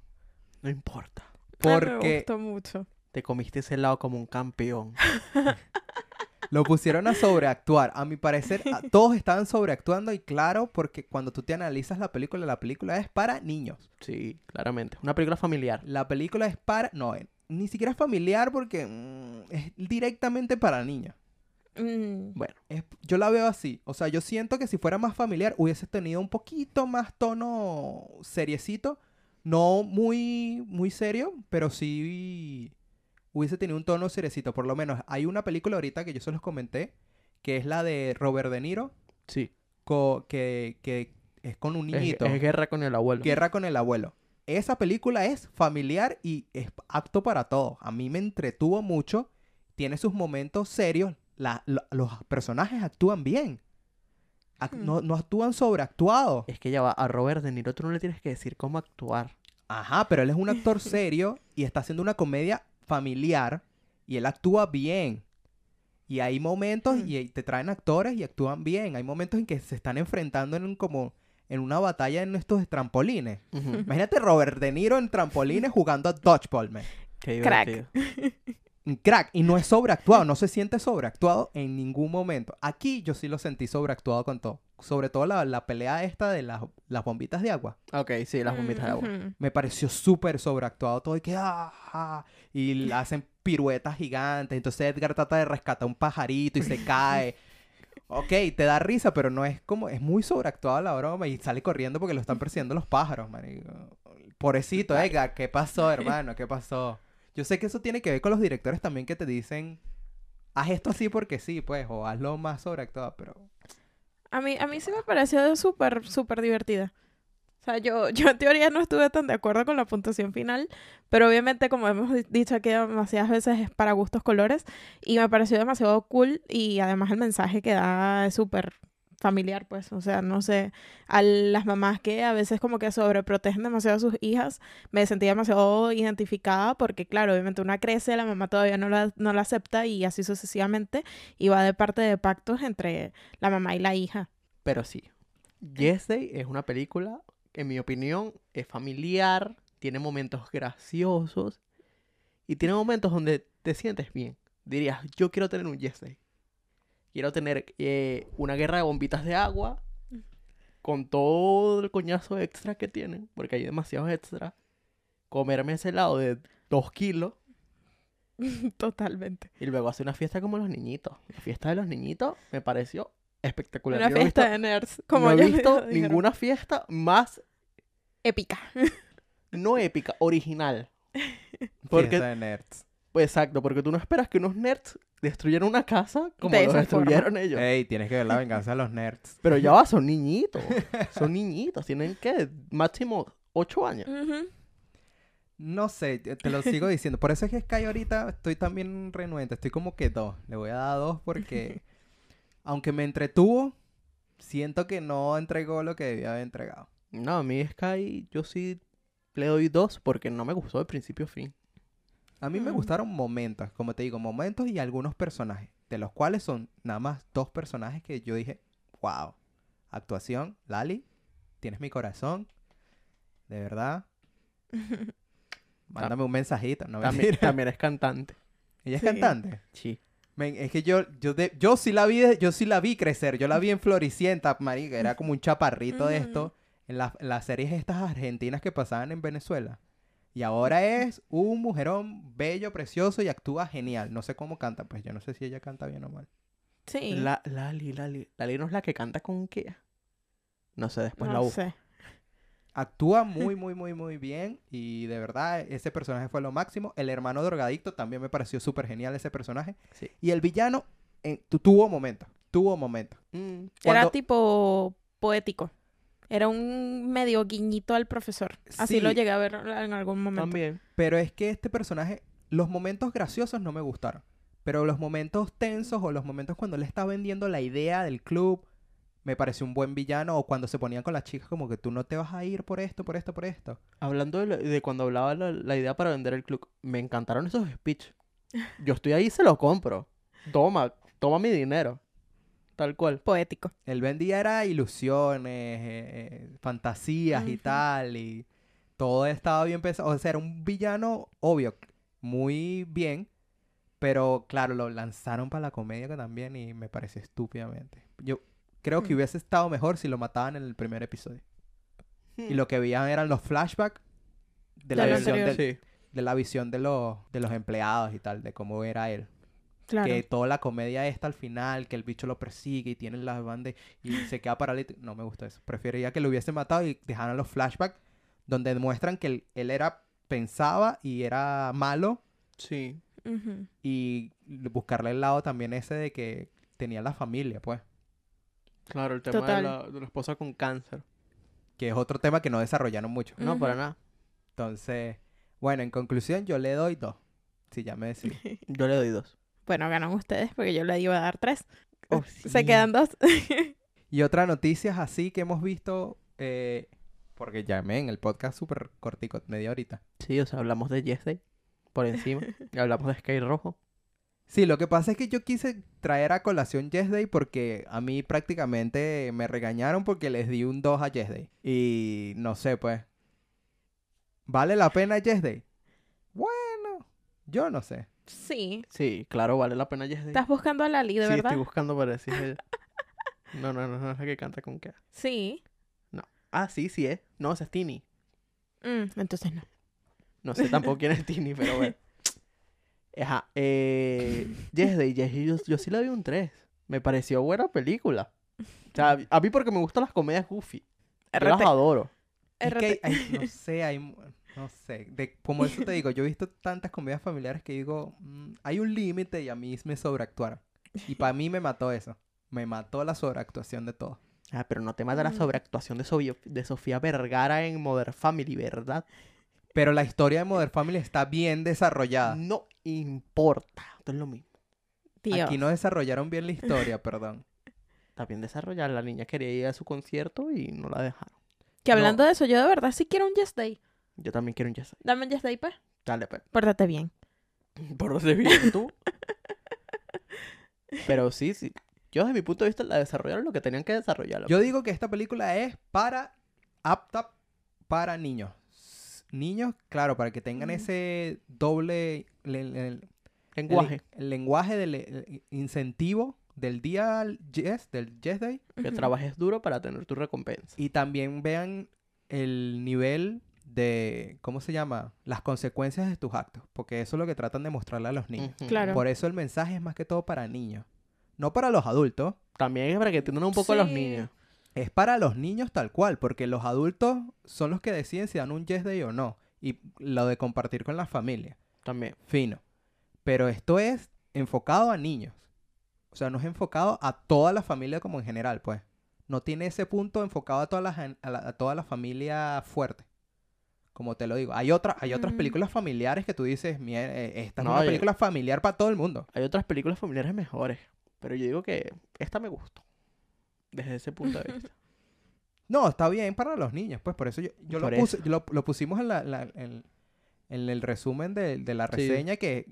S2: No importa.
S4: Ah, me
S3: Porque
S4: gustó mucho.
S2: Te comiste ese helado como un campeón.
S3: Lo pusieron a sobreactuar. A mi parecer, a- todos estaban sobreactuando y claro, porque cuando tú te analizas la película, la película es para niños.
S2: Sí, claramente. Una película familiar.
S3: La película es para... No, eh, ni siquiera es familiar porque mm, es directamente para niños.
S4: Mm,
S2: Bueno,
S3: Es- yo la veo así. O sea, yo siento que si fuera más familiar, hubiese tenido un poquito más tono seriecito. No muy, muy serio, pero sí hubiese tenido un tono seriecito. Por lo menos hay una película ahorita que yo se los comenté, que es la de Robert De Niro,
S2: sí.
S3: co- que, que es con un
S2: Es,
S3: niñito.
S2: es guerra con el abuelo.
S3: Guerra con el abuelo. Esa película es familiar y es apto para todos. A mí me entretuvo mucho. Tiene sus momentos serios. La- lo- los personajes actúan bien. Ac-
S4: Hmm.
S3: no, no actúan sobreactuados.
S2: Es que ya va, a Robert De Niro tú no le tienes que decir cómo actuar.
S3: Ajá, pero él es un actor serio y está haciendo una comedia familiar y él actúa bien. Y hay momentos
S4: Hmm.
S3: y ahí te traen actores y actúan bien. Hay momentos en que se están enfrentando en un- como en una batalla en estos trampolines.
S2: Ujú.
S3: Imagínate Robert De Niro en trampolines jugando a dodgeball, man.
S2: Qué
S4: Crack.
S2: divertido.
S3: Un Crack. Y no es sobreactuado, no se siente sobreactuado en ningún momento. Aquí yo sí lo sentí sobreactuado con todo. Sobre todo la, la pelea esta de las, las bombitas de agua.
S2: Ok, sí, las bombitas de agua.
S4: ujú.
S3: Me pareció súper sobreactuado todo y que... ah, ah, y le hacen piruetas gigantes. Entonces Edgar trata de rescatar un pajarito y se cae. Ok, te da risa, pero no es como... Es muy sobreactuado la broma y sale corriendo porque lo están persiguiendo los pájaros, marico. Pobrecito, Edgar. ¿Qué pasó, hermano? ¿Qué pasó? Yo sé que eso tiene que ver con los directores también que te dicen... Haz esto así porque sí, pues. O hazlo más sobreactuado, pero...
S4: A mí, a mí sí me pareció súper, súper divertida. O sea, yo, yo en teoría no estuve tan de acuerdo con la puntuación final, pero obviamente, como hemos di- dicho aquí demasiadas veces, es para gustos colores. Y me pareció demasiado cool y además el mensaje que da es súper familiar, pues. O sea, no sé, a las mamás que a veces como que sobreprotegen demasiado a sus hijas, me sentí demasiado identificada porque, claro, obviamente una crece, la mamá todavía no la, no la acepta y así sucesivamente. Y va de parte de pactos entre la mamá y la hija.
S2: Pero sí.
S4: Eh.
S2: Yesterday es una película, que, en mi opinión, es familiar, tiene momentos graciosos y tiene momentos donde te sientes bien. Dirías, yo quiero tener un Yesterday. Quiero tener eh, una guerra de bombitas de agua
S4: Mm.
S2: con todo el coñazo extra que tienen, porque hay demasiados extras. Comerme ese helado de dos kilos
S4: Totalmente.
S2: y luego hacer una fiesta como los niñitos. La fiesta de los niñitos me pareció espectacular.
S4: Una
S2: Yo no he
S4: fiesta
S2: visto-
S4: de nerds. Como
S2: no
S4: ya
S2: he visto
S4: dijeron.
S2: ninguna fiesta más
S4: Épica.
S2: no épica, original. Porque-
S3: Fiesta de nerds.
S2: Pues exacto, porque tú no esperas que unos nerds destruyan una casa como
S4: De
S2: lo
S4: esa forma.
S2: destruyeron ellos.
S3: Ey, tienes que ver la venganza de los nerds.
S2: Pero ya va, son niñitos. Son niñitos. Tienen que máximo 8 años.
S4: Ujú.
S3: No sé, te te lo sigo diciendo. Por eso es que Sky ahorita estoy también renuente. Estoy como que dos. Le voy a dar dos porque, aunque me entretuvo, siento que no entregó lo que debía haber entregado.
S2: No, a mí Sky, yo sí le doy dos porque no me gustó de principio a fin.
S3: A mí me
S4: Mm.
S3: gustaron momentos, como te digo, momentos y algunos personajes, de los cuales son nada más dos personajes que yo dije, wow. Actuación, Lali, tienes mi corazón. De verdad. Mándame un mensajito. No
S2: También,
S3: mentira.
S2: también es cantante.
S3: Ella es
S4: Sí.
S3: cantante.
S2: Sí.
S3: Men, es que yo, yo, de- yo sí la vi, yo sí la vi crecer, yo la vi en Floricienta, marica, era como un chaparrito de esto, en, las- en las series estas argentinas que pasaban en Venezuela. Y ahora es un mujerón bello, precioso y actúa genial. No sé cómo canta, pues yo no sé si ella canta bien o mal.
S4: Sí.
S2: La, Lali, Lali. Lali no es la que canta con qué. No sé, después
S4: no
S2: pues, la busco.
S4: sé.
S3: Actúa muy, muy, muy, muy bien y de verdad ese personaje fue lo máximo. El hermano drogadicto también me pareció súper genial ese personaje.
S2: Sí.
S3: Y el villano eh, tu- tuvo momentos, tuvo momentos.
S2: Mm,
S4: Era
S3: Cuando-
S4: tipo poético. Era un medio guiñito al profesor. Así lo
S3: Sí.
S4: llegué a ver en algún momento.
S2: también.
S3: Pero es que este personaje, los momentos graciosos no me gustaron. Pero los momentos tensos o los momentos cuando él está vendiendo la idea del club, me pareció un buen villano. O cuando se ponían con las chicas como que tú no te vas a ir por esto, por esto, por esto.
S2: Hablando de, lo- de cuando hablaba la, la idea para vender el club, me encantaron esos speech. Yo estoy ahí, se lo compro. Toma, toma mi dinero. Tal cual.
S4: Poético.
S3: Él vendía era ilusiones, eh, eh, fantasías y
S4: Ujú.
S3: tal. Y todo estaba bien pensado. O sea, era un villano, obvio, muy bien. Pero claro, lo lanzaron para la comedia también y me pareció estúpidamente. Yo creo que
S4: Mm.
S3: hubiese estado mejor si lo mataban en el primer episodio. Y lo que veían eran los flashbacks de la,
S4: Del
S3: visión,
S4: anterior.
S3: del-
S2: Sí.
S3: de la visión de los, de los empleados y tal, de cómo era él.
S4: Claro.
S3: Que toda la comedia está al final, que el bicho lo persigue y tiene las bandas y se queda paralítico. No me gusta eso. Preferiría que lo hubiesen matado y dejaran los flashbacks donde demuestran que él, él era, pensaba y era malo
S2: Sí.
S4: Ujú.
S3: y buscarle el lado también ese de que tenía la familia, pues.
S2: Claro, el tema de
S4: Total.
S2: la, de la esposa con cáncer.
S3: Que es otro tema que no desarrollaron mucho.
S2: No, para
S4: Ujú.
S2: nada.
S3: Entonces, bueno, en conclusión yo le doy dos. Si ya me decís.
S2: Yo le doy dos.
S4: Bueno, ganan ustedes porque yo le iba a dar tres.
S2: Oh,
S4: Se quedan dos.
S3: Y otras noticias así que hemos visto, eh, porque llamé en el podcast súper cortico, media horita.
S2: Sí, o sea, hablamos de Yesterday por encima. y hablamos de Sky Rojo.
S3: Sí, lo que pasa es que yo quise traer a colación Yes Day porque a mí prácticamente me regañaron porque les di un 2 a Yes Day. Y no sé, pues. ¿Vale la pena Yes Day? Bueno, yo no sé.
S4: sí.
S2: Sí, claro, vale la pena Yesterday.
S4: Estás buscando a Lali, ¿de
S2: sí,
S4: verdad?
S2: estoy buscando para decir ella. No, no, no, no es la que canta con qué.
S4: Sí.
S2: Ah, sí, sí es. No, esa es Tini.
S4: Mm, entonces no.
S2: No sé tampoco quién es Tini, pero bueno. Ajá. Eh, yes Day, Yes Day, yo, yo sí le doy un 3. Me pareció buena película. O sea, a mí porque me gustan las comedias goofy. Yo las
S4: RT.
S2: adoro.
S3: Es que
S4: RT.
S3: hay- hay- no sé, hay, mu- no sé. De- como eso te digo, yo he visto tantas comedias familiares que digo, "Mm, hay un límite y a mí me sobreactuaron. Y para mí me mató eso. Me mató la sobreactuación de todo.
S2: Ah, pero no te mata la
S4: Mm.
S2: sobreactuación de, Sofía- de Sofía Vergara en Modern Family, ¿verdad?
S3: Pero la historia de Modern Family está bien desarrollada.
S2: No importa. Esto es lo mismo.
S4: Dios.
S3: Aquí no desarrollaron bien la historia, perdón.
S2: Está bien desarrollada. La niña quería ir a su concierto y no la dejaron.
S4: Que hablando de eso, yo de verdad sí quiero un Yes Day.
S2: Yo también quiero un Yes Day.
S4: Dame un Yes Day, pues.
S2: Dale, pues.
S4: Pórtate bien.
S2: Por donde vienes tú. Pero sí, sí. Yo desde mi punto de vista la desarrollaron lo que tenían que desarrollar.
S3: Yo digo que esta película es para apta para niños. S- Niños, claro, para que tengan
S4: Ujú.
S3: ese doble le- le- el-
S2: lenguaje
S3: el lenguaje del el incentivo del día al yes, del yes day
S2: que
S4: Ujú.
S2: trabajes duro para tener tu recompensa.
S3: y también vean el nivel de ¿cómo se llama? las consecuencias de tus actos, porque eso es lo que tratan de mostrarle a los niños.
S2: Ujú.
S4: Claro.
S3: Por eso el mensaje es más que todo para niños, no para los adultos.
S2: También es para que entiendan un poco a los
S4: Sí.
S2: niños.
S3: Es para los niños tal cual, porque los adultos son los que deciden si dan un yes day o no. Y lo de compartir con la familia.
S2: También.
S3: Fino. Pero esto es enfocado a niños. O sea, no es enfocado a toda la familia como en general, pues. No tiene ese punto enfocado a toda la, gen- a la- a toda la familia fuerte. Como te lo digo. Hay, otra, hay otras
S4: Mm.
S3: películas familiares que tú dices, "Mier- eh, esta es
S2: No,
S3: una
S2: y-
S3: película familiar para todo el mundo.
S2: Hay otras películas familiares mejores. Pero yo digo que esta me gustó. Desde ese punto de vista.
S3: No, está bien para los niños, pues por eso yo, yo
S2: Por
S3: lo, puse- yo lo, lo pusimos en, la- la- en- en el resumen de, de la
S2: Sí.
S3: reseña que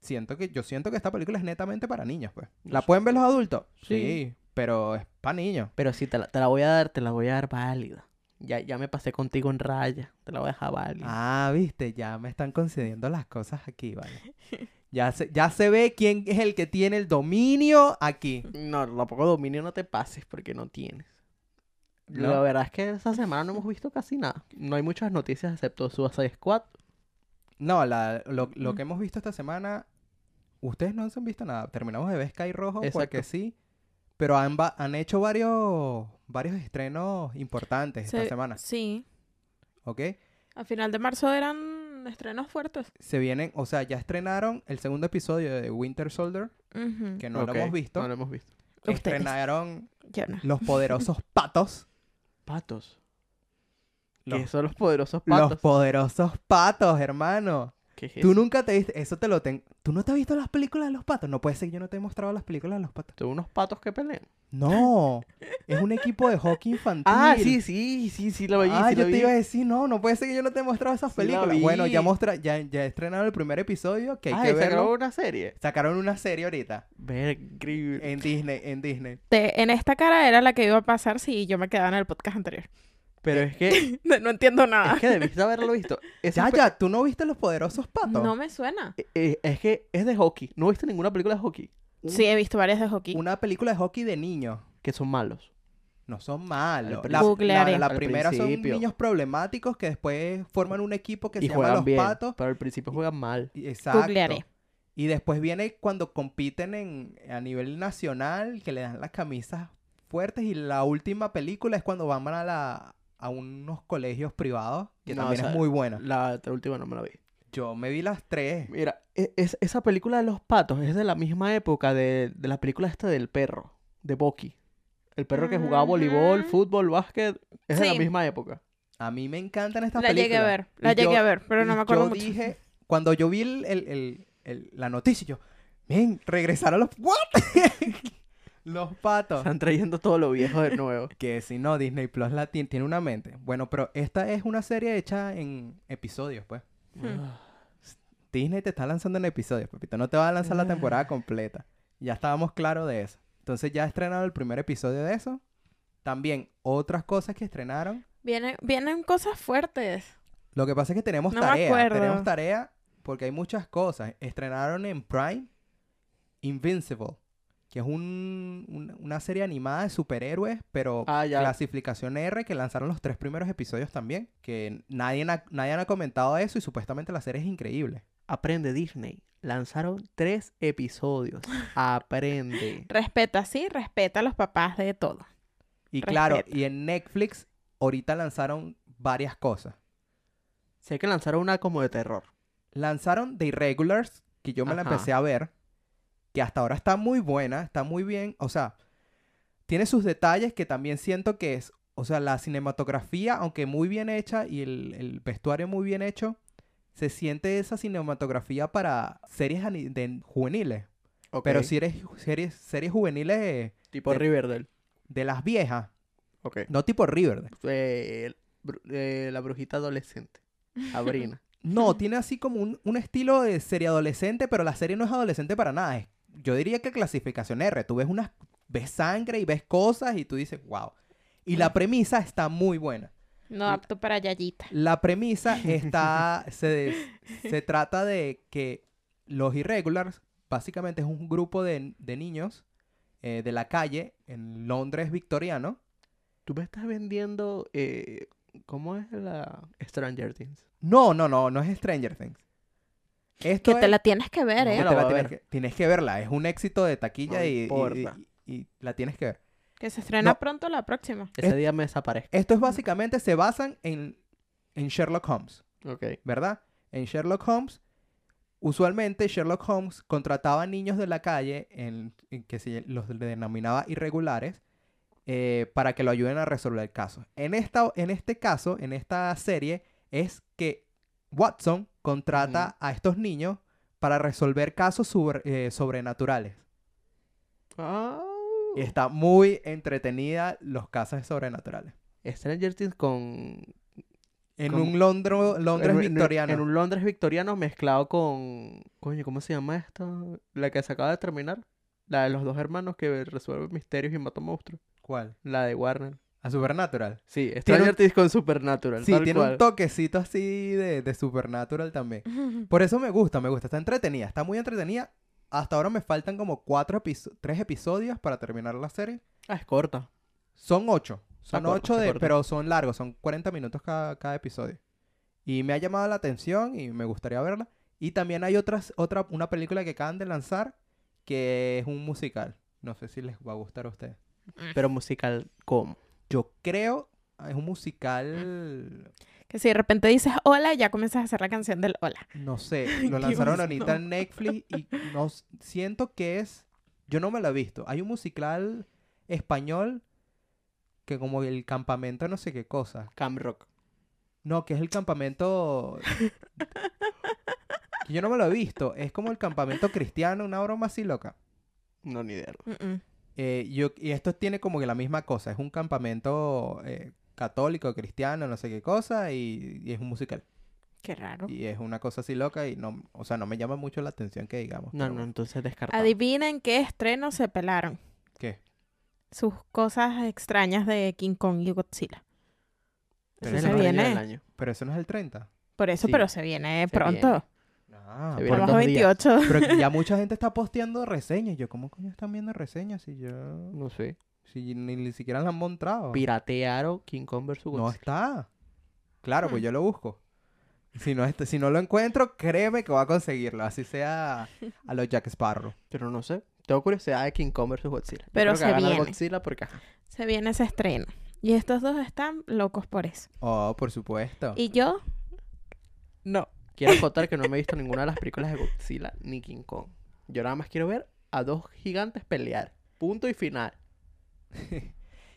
S3: siento que yo siento que esta película es netamente para niños, pues.
S2: Yo
S3: ¿La
S2: sí.
S3: pueden ver los adultos?
S2: Sí.
S3: pero es para niños.
S2: Pero sí, te la, te la voy a dar, te la voy a dar válida. Ya, ya me pasé contigo en raya. Te la voy a dejar válida.
S3: Ah, viste, ya me están concediendo las cosas aquí, vale. Ya se, ya se ve quién es el que tiene el dominio aquí.
S2: No, tampoco dominio no te pases porque no tienes. La
S3: No.
S2: verdad es que esta semana no hemos visto casi nada. No hay muchas noticias excepto Suicide Squad.
S3: No, la- lo, lo
S4: Mm.
S3: que hemos visto esta semana, ustedes no se han visto nada. Terminamos de ver Sky Rojo porque
S2: Exacto.
S3: sí, pero han, va- han hecho varios, varios estrenos importantes esta
S4: Se-
S3: semana,
S4: Sí.
S3: ¿ok?
S4: A final de marzo eran estrenos fuertes.
S3: Se vienen, o sea, ya estrenaron el segundo episodio de Winter Soldier,
S4: Ujú.
S3: que no
S2: Ok,
S3: lo hemos visto.
S2: No lo hemos visto.
S4: Ustedes.
S3: Estrenaron
S4: Yo no.
S3: Los Poderosos Patos.
S2: Patos.
S3: Los,
S2: Que son los poderosos
S3: los
S2: patos.
S3: Poderosos Patos, hermano.
S2: ¿Qué es
S3: Tú
S2: eso?
S3: nunca te viste, eso te lo tengo. ¿Tú no te has visto las películas de los patos? No puede ser que yo no te he mostrado las películas de los patos.
S2: Son unos patos que pelean.
S3: No, es un equipo de hockey infantil.
S2: Ah, sí, sí, sí, sí, lo vi.
S3: Ah,
S2: sí,
S3: yo
S2: lo
S3: te
S2: vi.
S3: iba a decir, no, no puede ser que yo no te he mostrado esas
S2: Sí la
S3: películas. bueno, ya
S2: vi.
S3: mostra, ya, ya estrenaron el primer episodio, que hay
S2: Ah,
S3: que
S2: y sacaron
S3: verlo.
S2: una serie.
S3: Sacaron una serie ahorita
S2: Ver, increíble.
S3: en Disney, en Disney.
S4: Te- en esta cara era la que iba a pasar si yo me quedaba en el podcast anterior.
S2: Pero
S3: eh.
S2: es que,
S4: No entiendo nada.
S2: es que debiste haberlo visto. Esa
S3: Ya,
S2: pe-
S3: ya, ¿tú no viste los poderosos patos?
S4: No me suena.
S2: eh, eh, es que es de hockey. No viste ninguna película de hockey.
S4: Sí, he visto varias de hockey.
S3: Una película de hockey de niños.
S2: Que son malos.
S3: No son malos.
S2: Al
S3: La,
S4: principio.
S3: la- la
S2: Al
S3: primera son
S2: principio.
S3: niños problemáticos que después forman un equipo que
S2: y
S3: se llama
S2: juegan
S3: Los
S2: bien.
S3: Patos.
S2: Pero al principio juegan mal.
S3: Y- Exacto.
S4: Googlearé.
S3: Y después viene cuando compiten en, a nivel nacional, que le dan las camisas fuertes. Y la última película es cuando van a, la, a unos colegios privados, que
S2: No,
S3: también
S2: o
S3: es
S2: sea,
S3: muy buena.
S2: La, la última no me la vi.
S3: Yo me vi las tres.
S2: Mira, e- es- esa película de los patos es de la misma época de, de la película esta del perro, de Bucky. El perro que jugaba voleibol,
S4: Ujú.
S2: fútbol, básquet, es de la
S4: Sí.
S2: misma época.
S3: A mí me encantan estas
S4: La
S3: películas.
S4: llegué a ver, la
S3: Y yo-
S4: llegué a ver, pero no
S3: y
S4: me acuerdo
S3: yo
S4: mucho.
S3: dije, cuando yo vi el, el- el- el- la noticia, yo, men, regresaron los... ¿What? los patos.
S2: Están trayendo todo lo viejo de nuevo.
S3: Que si no, Disney Plus la tiene, tiene una mente. Bueno, pero esta es una serie hecha en episodios, pues.
S4: Hmm.
S2: Ah.
S3: Disney te está lanzando en episodios, papito. No te va a lanzar la temporada completa. Ya estábamos claros de eso. Entonces ya estrenaron el primer episodio de eso. También otras cosas que estrenaron.
S4: Vienen, vienen cosas fuertes.
S3: Lo que pasa es que tenemos
S4: No me
S3: tarea.
S4: acuerdo.
S3: Tenemos tarea porque hay muchas cosas. Estrenaron en Prime Invincible, que es un- un- una serie animada de superhéroes, pero
S2: Ah, ya.
S3: clasificación R, que lanzaron los tres primeros episodios también. Que nadie, ha- nadie ha comentado eso y supuestamente la serie es increíble.
S2: Aprende Disney. Lanzaron tres episodios. Aprende.
S4: Respeta, sí, respeta a los papás de todo.
S3: Y claro,
S4: Respeto.
S3: y en Netflix ahorita lanzaron varias cosas.
S2: sé que lanzaron una como de terror.
S3: Lanzaron The Irregulars, que yo me la
S2: Ajá.
S3: empecé a ver, que hasta ahora está muy buena, está muy bien, o sea, tiene sus detalles que también siento que es, o sea, la cinematografía, aunque muy bien hecha y el, el vestuario muy bien hecho, se siente esa cinematografía para series ani- de juveniles. Pero si eres series, series juveniles eh,
S2: Tipo
S3: de-
S2: Riverdale.
S3: de las viejas,
S2: Ok.
S3: no tipo Riverdale.
S2: Eh, el bru- eh, la brujita adolescente. Sabrina.
S3: No, tiene así como un, un estilo de serie adolescente, pero la serie no es adolescente para nada. Es- yo diría que clasificación R. Tú ves unas, ves sangre y ves cosas y tú dices, wow. Y la premisa está muy buena.
S4: No apto para Yayita.
S3: La premisa está, se, des- se trata de que los irregulars, básicamente es un grupo de, de niños eh, de la calle en Londres victoriano.
S2: Tú me estás vendiendo. eh, ¿Cómo es la Stranger Things?
S3: No, no, no, no es Stranger Things. Esto
S4: Que te
S3: es-
S4: la tienes que ver,
S2: No,
S4: ¿eh?
S2: me
S3: que
S2: la
S3: te
S2: voy
S3: la
S2: a
S3: tienes,
S2: ver.
S3: que, tienes que verla. Es un éxito de taquilla
S2: No
S3: y, y-
S2: importa.
S3: y- y la tienes que ver.
S4: Que se estrena
S3: No.
S4: pronto la próxima.
S2: Ese
S3: Es-
S2: día me desaparezco.
S3: Estos básicamente se basan en, en Sherlock Holmes,
S2: Ok.
S3: ¿verdad? En Sherlock Holmes, usualmente Sherlock Holmes contrataba niños de la calle, en, en que se los denominaba irregulares, eh, para que lo ayuden a resolver casos. En, esta, en este caso, en esta serie, es que Watson contrata a estos niños para resolver casos sobre- eh, sobrenaturales.
S2: Ah.
S3: Y está muy entretenida los casos sobrenaturales.
S2: Stranger Things con.
S3: En
S2: Como-
S3: un Londro- Londres
S2: en un- en un-
S3: victoriano.
S2: En un Londres victoriano mezclado con. Coño, ¿cómo se llama esta? La que se acaba de terminar. La de los dos hermanos que resuelven misterios y matan monstruos.
S3: ¿Cuál?
S2: La de Warner.
S3: A Supernatural.
S2: Sí, Stranger
S3: un-
S2: Things con Supernatural.
S3: Sí,
S2: tal
S3: tiene
S2: cual.
S3: un toquecito así de, de Supernatural también. Por eso me gusta, me gusta. Está entretenida, está muy entretenida. Hasta ahora me faltan como cuatro episo- tres episodios para terminar la serie.
S2: Ah, es corta.
S3: Son ocho. Son
S2: corta,
S3: ocho,
S2: está
S3: de,
S2: corta.
S3: pero son largos, son 40 minutos cada, cada episodio. Y me ha llamado la atención y me gustaría verla. Y también hay otras, otra, una película que acaban de lanzar que es un musical. No sé si les va a gustar a ustedes.
S2: Pero musical, ¿cómo?
S3: Yo creo ah, es un musical,
S4: Que si de repente dices hola, ya comienzas a hacer la canción del hola.
S3: no sé, lo
S4: Dios,
S3: lanzaron ahorita
S4: no.
S3: en Netflix y no s- siento que es, yo no me lo he visto. Hay un musical español que como el campamento no sé qué cosa.
S2: Cam Rock.
S3: No, que es el campamento que yo no me lo he visto. Es como el campamento cristiano, una broma así loca.
S2: No, ni idea.
S4: Mm-mm.
S3: Eh, yo, y esto tiene como que la misma cosa. Es un campamento eh, católico, cristiano, no sé qué cosa, y, y es un musical.
S4: Qué raro.
S3: Y es una cosa así loca y no, o sea, no me llama mucho la atención que digamos.
S2: No,
S3: pero
S2: no,
S3: bueno.
S2: entonces descartado.
S4: Adivinen qué estreno se pelaron.
S3: ¿Qué?
S4: Sus cosas extrañas de King Kong y Godzilla. Eso
S2: Ese es
S4: se
S2: el estreno del
S4: viene.
S2: año.
S3: Pero eso no es el 30.
S4: Por eso,
S2: Sí.
S4: pero se viene
S2: Se viene.
S4: pronto.
S3: No,
S2: Se
S3: por-
S2: viene.
S4: Estamos a
S2: dos días.
S4: 28.
S3: Ah, pero ya mucha gente está posteando reseñas. Yo, ¿cómo coño están viendo reseñas si yo...
S2: No sé.
S3: Si ni, ni siquiera las han mostrado?
S2: Piratearon King Kong vs.
S3: No
S2: Godzilla.
S3: está. Claro,
S4: Hmm.
S3: pues yo lo busco. Si no, está- si no lo encuentro, créeme que voy a conseguirlo. Así sea a los Jack Sparrow.
S2: Pero no sé. Tengo curiosidad de King Kong vs. Godzilla. Yo
S4: Pero
S2: creo que
S4: se
S2: va a ganar
S4: viene.
S2: Godzilla porque... ajá.
S4: Se viene ese estreno. Y estos dos están locos por eso.
S3: Oh, por supuesto.
S4: Y yo,
S2: No. Quiero contar que no me he visto ninguna de las películas de Godzilla ni King Kong. Yo nada más quiero ver a dos gigantes pelear. Punto y final.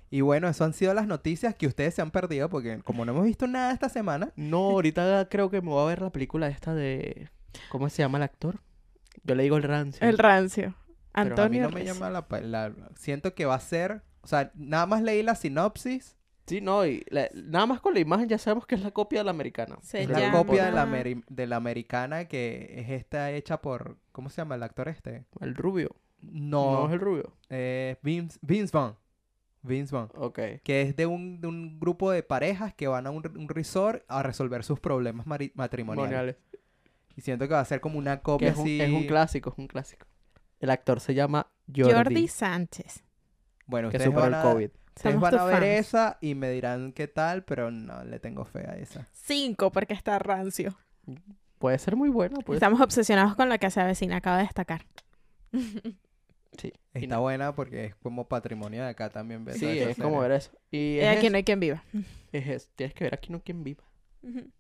S3: Y bueno, eso han sido las noticias que ustedes se han perdido porque como no hemos visto nada esta semana,
S2: No, ahorita creo que me voy a ver la película esta de... ¿Cómo se llama el actor? Yo le digo el rancio.
S4: el rancio.
S3: pero
S4: Antonio.
S3: a mí no me
S4: Reyes.
S3: llama la, pa- la- Siento que va a ser... O sea, nada más leí la sinopsis.
S2: Sí, no, y la- nada más con la imagen ya sabemos que es la copia de la americana.
S4: Se
S3: Es
S2: Es
S3: la
S4: llama- Ah.
S3: copia de la, ameri- de la americana que es esta hecha por... ¿Cómo se llama el actor este?
S2: El rubio. No.
S3: No,
S2: es el rubio.
S3: eh, Vince, Vince Vaughn. Vince Vaughn.
S2: Ok.
S3: que es de un, de un grupo de parejas que van a un, un resort a resolver sus problemas mari- matrimoniales.
S2: Moniales.
S3: Y siento que va a ser como una
S2: Que
S3: copia
S2: es, un,
S3: así.
S2: es un clásico, es un clásico. El actor se llama Jordi,
S4: Jordi. Sánchez.
S3: Bueno,
S2: que
S3: ustedes
S2: superó el
S3: van, a,
S2: COVID.
S3: ustedes
S4: Somos
S3: van
S4: tus
S3: a ver
S4: fans.
S3: esa y me dirán qué tal, pero no le tengo fe a esa.
S4: Cinco, porque está rancio.
S2: Puede ser muy buena, pues.
S4: Estamos obsesionados con la casa vecina, acabo de destacar.
S2: Sí, Y
S3: Está
S2: no-
S3: buena porque es como patrimonio de acá también. ver todas
S2: sí, es
S3: esas
S2: como
S3: series.
S2: ver eso. Y
S4: Y
S2: es,
S4: Eh, aquí
S2: eso,
S4: no hay quien viva.
S2: es eso. Tienes que ver aquí no quien viva.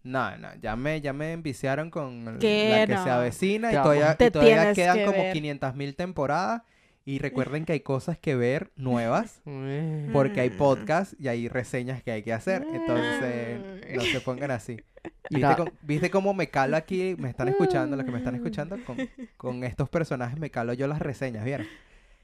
S3: No, no, ya me, ya me enviciaron con el-
S4: ¿Qué?
S3: la que
S4: No.
S3: se avecina y
S2: Te
S3: todavía,
S4: amo.
S3: y
S4: Te
S3: todavía
S4: tienes
S3: quedan
S4: que
S3: como
S4: ver.
S3: 500.000 temporadas. Y recuerden que hay cosas que ver nuevas.
S2: Por...
S3: Porque hay podcasts y hay reseñas que hay que hacer. Entonces,
S4: Mm.
S3: no se pongan así. ¿Viste,
S2: Mira.
S3: cómo, viste cómo me calo aquí? Me están escuchando, los que me están escuchando. Con, con estos personajes me calo yo las reseñas, ¿vieron?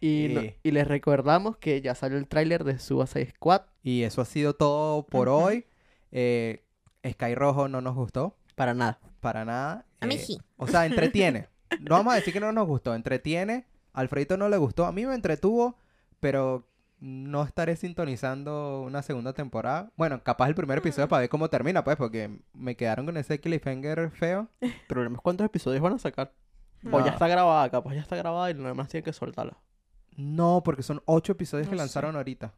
S2: Y, no-
S3: Sí.
S2: y les recordamos que ya salió el tráiler de Suicide Squad.
S3: Y eso ha sido todo por
S4: Ujú.
S3: hoy. Eh, Sky Rojo no nos gustó
S2: Para nada.
S3: para nada.
S4: A mí
S3: Eh,
S4: sí.
S3: O sea, entretiene. No vamos a decir que no nos gustó, entretiene. Alfredito no le gustó. A mí me entretuvo, pero no estaré sintonizando una segunda temporada. Bueno, capaz el
S4: Mm.
S3: primer episodio para ver cómo termina, pues, porque me quedaron con ese cliffhanger feo.
S2: El problema es cuántos episodios van a sacar. O
S3: No.
S2: ya está grabada, capaz ya está grabada y nada más tienen que soltarla.
S3: No, porque son ocho episodios que
S4: No sé.
S3: lanzaron ahorita.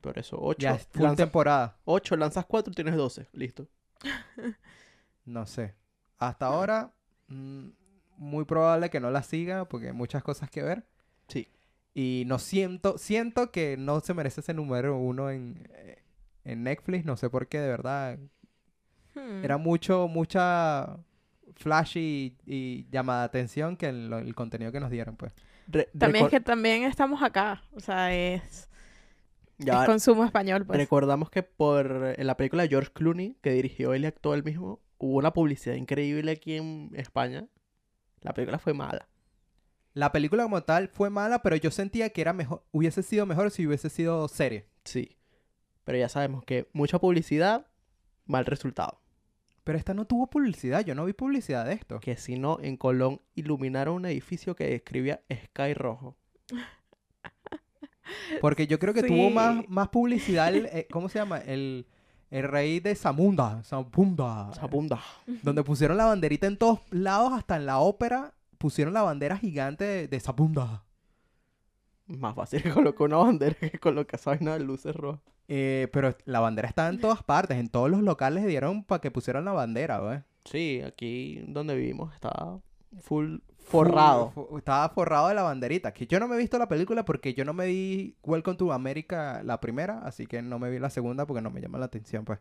S2: Por eso, 8.
S3: Ya es full
S2: lanzas,
S3: temporada.
S2: 8, lanzas 4, tienes 12. Listo.
S3: No sé. Hasta ahora, mm, muy probable que no la siga, porque hay muchas cosas que ver.
S2: Sí.
S3: Y no siento, siento que no se merece ese número uno en, eh, en Netflix, no sé por qué, de verdad.
S4: Hmm.
S3: Era mucho, mucha flash y, y llamada de atención que el, el contenido que nos dieron, pues.
S2: Re-
S4: También es
S2: recor-
S4: que también estamos acá. O sea, es,
S2: Ya-
S4: es consumo español, pues.
S2: Recordamos que por en la película de George Clooney, que dirigió él y actuó él mismo, hubo una publicidad increíble aquí en España. La película fue mala.
S3: La película como tal fue mala, pero yo sentía que era mejor, hubiese sido mejor si hubiese sido serie.
S2: Sí. Pero ya sabemos que mucha publicidad, mal resultado.
S3: Pero esta no tuvo publicidad, yo no vi publicidad de esto.
S2: Que si no, en Colón iluminaron un edificio que describía Sky Rojo.
S3: Porque yo creo que tuvo más,
S4: Sí.
S3: más publicidad, el, eh, ¿cómo se llama? El, el rey de Zamunda, Zamunda. eh,
S2: Esa bunda.
S3: Donde pusieron la banderita en todos lados, hasta en la ópera, pusieron la bandera gigante de, de Zabunda.
S2: Más fácil que colocar una bandera que colocar esa vaina de luces rojas.
S3: Eh, pero la bandera está en todas partes, en todos los locales dieron para que pusieran la bandera, ¿ves?
S2: Sí, aquí donde vivimos está full forrado.
S3: Fu- fu- Estaba forrado de la banderita. Que yo no me he visto la película porque yo no me vi Welcome to America la primera, así que no me vi la segunda porque no me llama la atención, pues.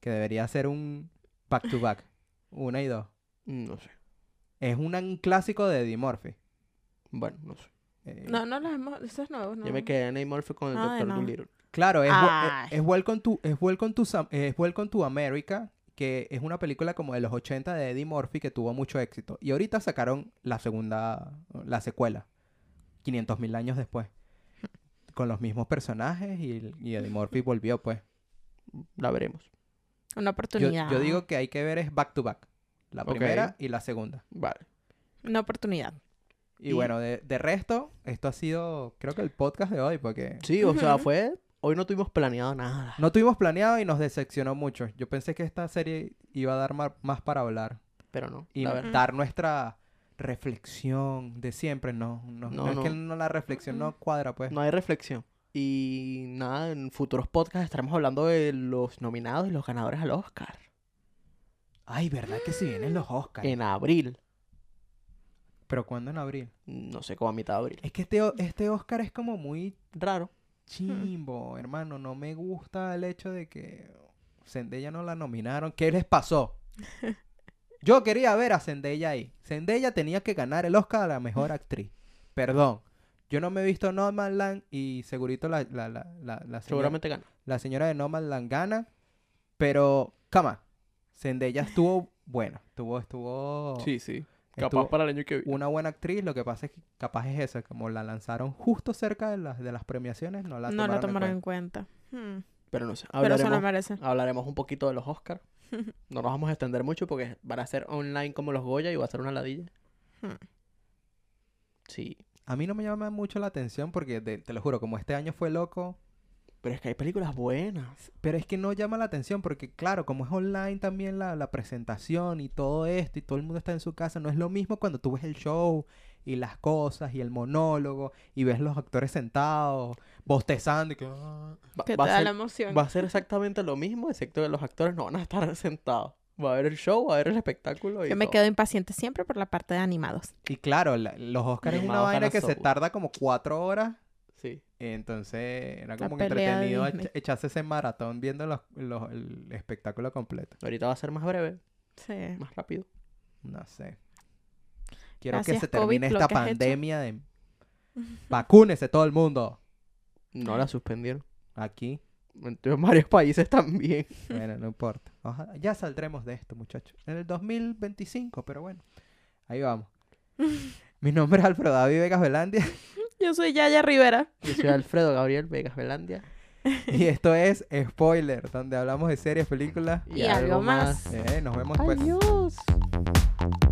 S3: Que debería ser un back to back. Una y dos.
S2: Mm, No sé.
S3: Es un, un clásico de Eddie Murphy.
S2: Bueno, no sé.
S3: Eh,
S4: No, no los hemos... Eso es nuevo, ¿no?
S2: Yo me quedé en Eddie Murphy con el
S4: Ay,
S2: doctor
S4: no.
S2: Dolittle.
S3: Claro, es, wel-
S4: Ay.
S3: es, es Welcome to es Welcome to Sam- eh, es Welcome to America, que es una película como de los 80 de Eddie Murphy que tuvo mucho éxito. Y ahorita sacaron la segunda, la secuela, 500.000 años después, con los mismos personajes y, y Eddie Murphy volvió, pues.
S2: La veremos.
S4: Una
S3: Yo,
S4: oportunidad.
S3: yo digo que hay que ver es back to back, la
S2: Ok.
S3: primera y la segunda.
S2: Vale.
S4: Una oportunidad.
S3: Y,
S2: Y-
S3: bueno, de, de resto, esto ha sido, creo que el podcast de hoy, porque
S2: Sí, o sea,
S4: Ujú.
S2: fue... Hoy no tuvimos planeado nada.
S3: no tuvimos planeado y nos decepcionó mucho. Yo pensé que esta serie iba a dar ma- más para hablar.
S2: Pero no.
S3: y
S2: la verdad.
S3: dar nuestra reflexión de siempre. No, no, no
S2: No,
S3: es
S2: no.
S3: que no la reflexión no cuadra, pues.
S2: No hay reflexión. Y nada, en futuros podcasts estaremos hablando de los nominados y los ganadores al Oscar.
S3: Ay, ¿verdad que si vienen los Oscars?
S2: En abril.
S3: Pero ¿cuándo en abril?
S2: No sé, como a mitad de abril.
S3: Es que este, o- este Oscar es como muy
S2: Raro.
S4: Mm.
S3: chimbo, hermano. No me gusta el hecho de que Zendaya no la nominaron. ¿Qué les pasó? Yo quería ver a Zendaya ahí. Zendaya tenía que ganar el Oscar a la mejor actriz. Perdón. Yo no me he visto Land y segurito la, la, la, la, la señora-
S2: Seguramente gana.
S3: la señora de Nomadland gana, pero cama, Zendaya estuvo buena, estuvo estuvo
S2: sí.
S3: Capaz
S2: para el año que
S3: una buena actriz, lo que pasa es que capaz es esa, como la lanzaron justo cerca de las de las premiaciones, no la
S4: no
S3: tomaron
S4: la
S3: en
S4: tomaron en
S3: cuenta.
S4: cuenta. Hmm.
S2: Pero no sé.
S4: Pero se lo
S2: hablaremos-
S4: merece.
S2: Hablaremos un poquito de los Oscars. No nos vamos a extender mucho porque van a ser online como los Goya y va a ser una ladilla.
S4: Hmm.
S2: Sí.
S3: A mí no me llama mucho la atención porque de- te lo juro, como este año fue loco,
S2: Pero es que hay películas buenas.
S3: pero es que no llama la atención porque claro, como es online también la, la presentación y todo esto y todo el mundo está en su casa, no es lo mismo cuando tú ves el show y las cosas y el monólogo y ves los actores sentados bostezando y que "Ah".
S2: Va,
S4: Que
S2: va
S4: te da
S2: a
S4: la
S2: ser,
S4: emoción.
S2: va a ser exactamente lo mismo, excepto que los actores no van a estar sentados. Va a haber el show, va a haber el espectáculo. Y
S4: Yo me
S2: todo.
S4: quedo impaciente siempre por la parte de animados.
S3: Y claro, la- los Oscars es una
S2: Llamados a
S3: vaina
S2: la
S3: que se
S2: sopa.
S3: tarda como cuatro horas.
S2: Sí.
S3: Entonces
S4: La
S3: era como que
S4: pelea de
S3: entretenido
S4: Disney.
S3: echa- echarse ese maratón viendo los- los- el espectáculo completo.
S2: Ahorita va a ser más breve,
S4: Sí.
S2: más rápido.
S3: No sé. Quiero que
S4: Gracias,
S3: se termine
S4: COVID, lo
S3: esta
S4: que has hecho.
S3: pandemia de... Vacúnese todo el mundo.
S2: No la suspendieron.
S3: Aquí.
S2: En varios países también.
S3: Bueno, no importa. Oja- Ya saldremos de esto, muchachos. En el 2025, pero bueno. Ahí vamos. Mi nombre es Alfredo David Vegas Velandia
S4: Yo soy Yaya Rivera.
S2: Yo soy Alfredo Gabriel Vegas Velandia.
S3: y esto es Spoiler, donde hablamos de series, películas.
S4: Y algo más.
S3: pues. Eh, nos vemos pues.
S2: Adiós.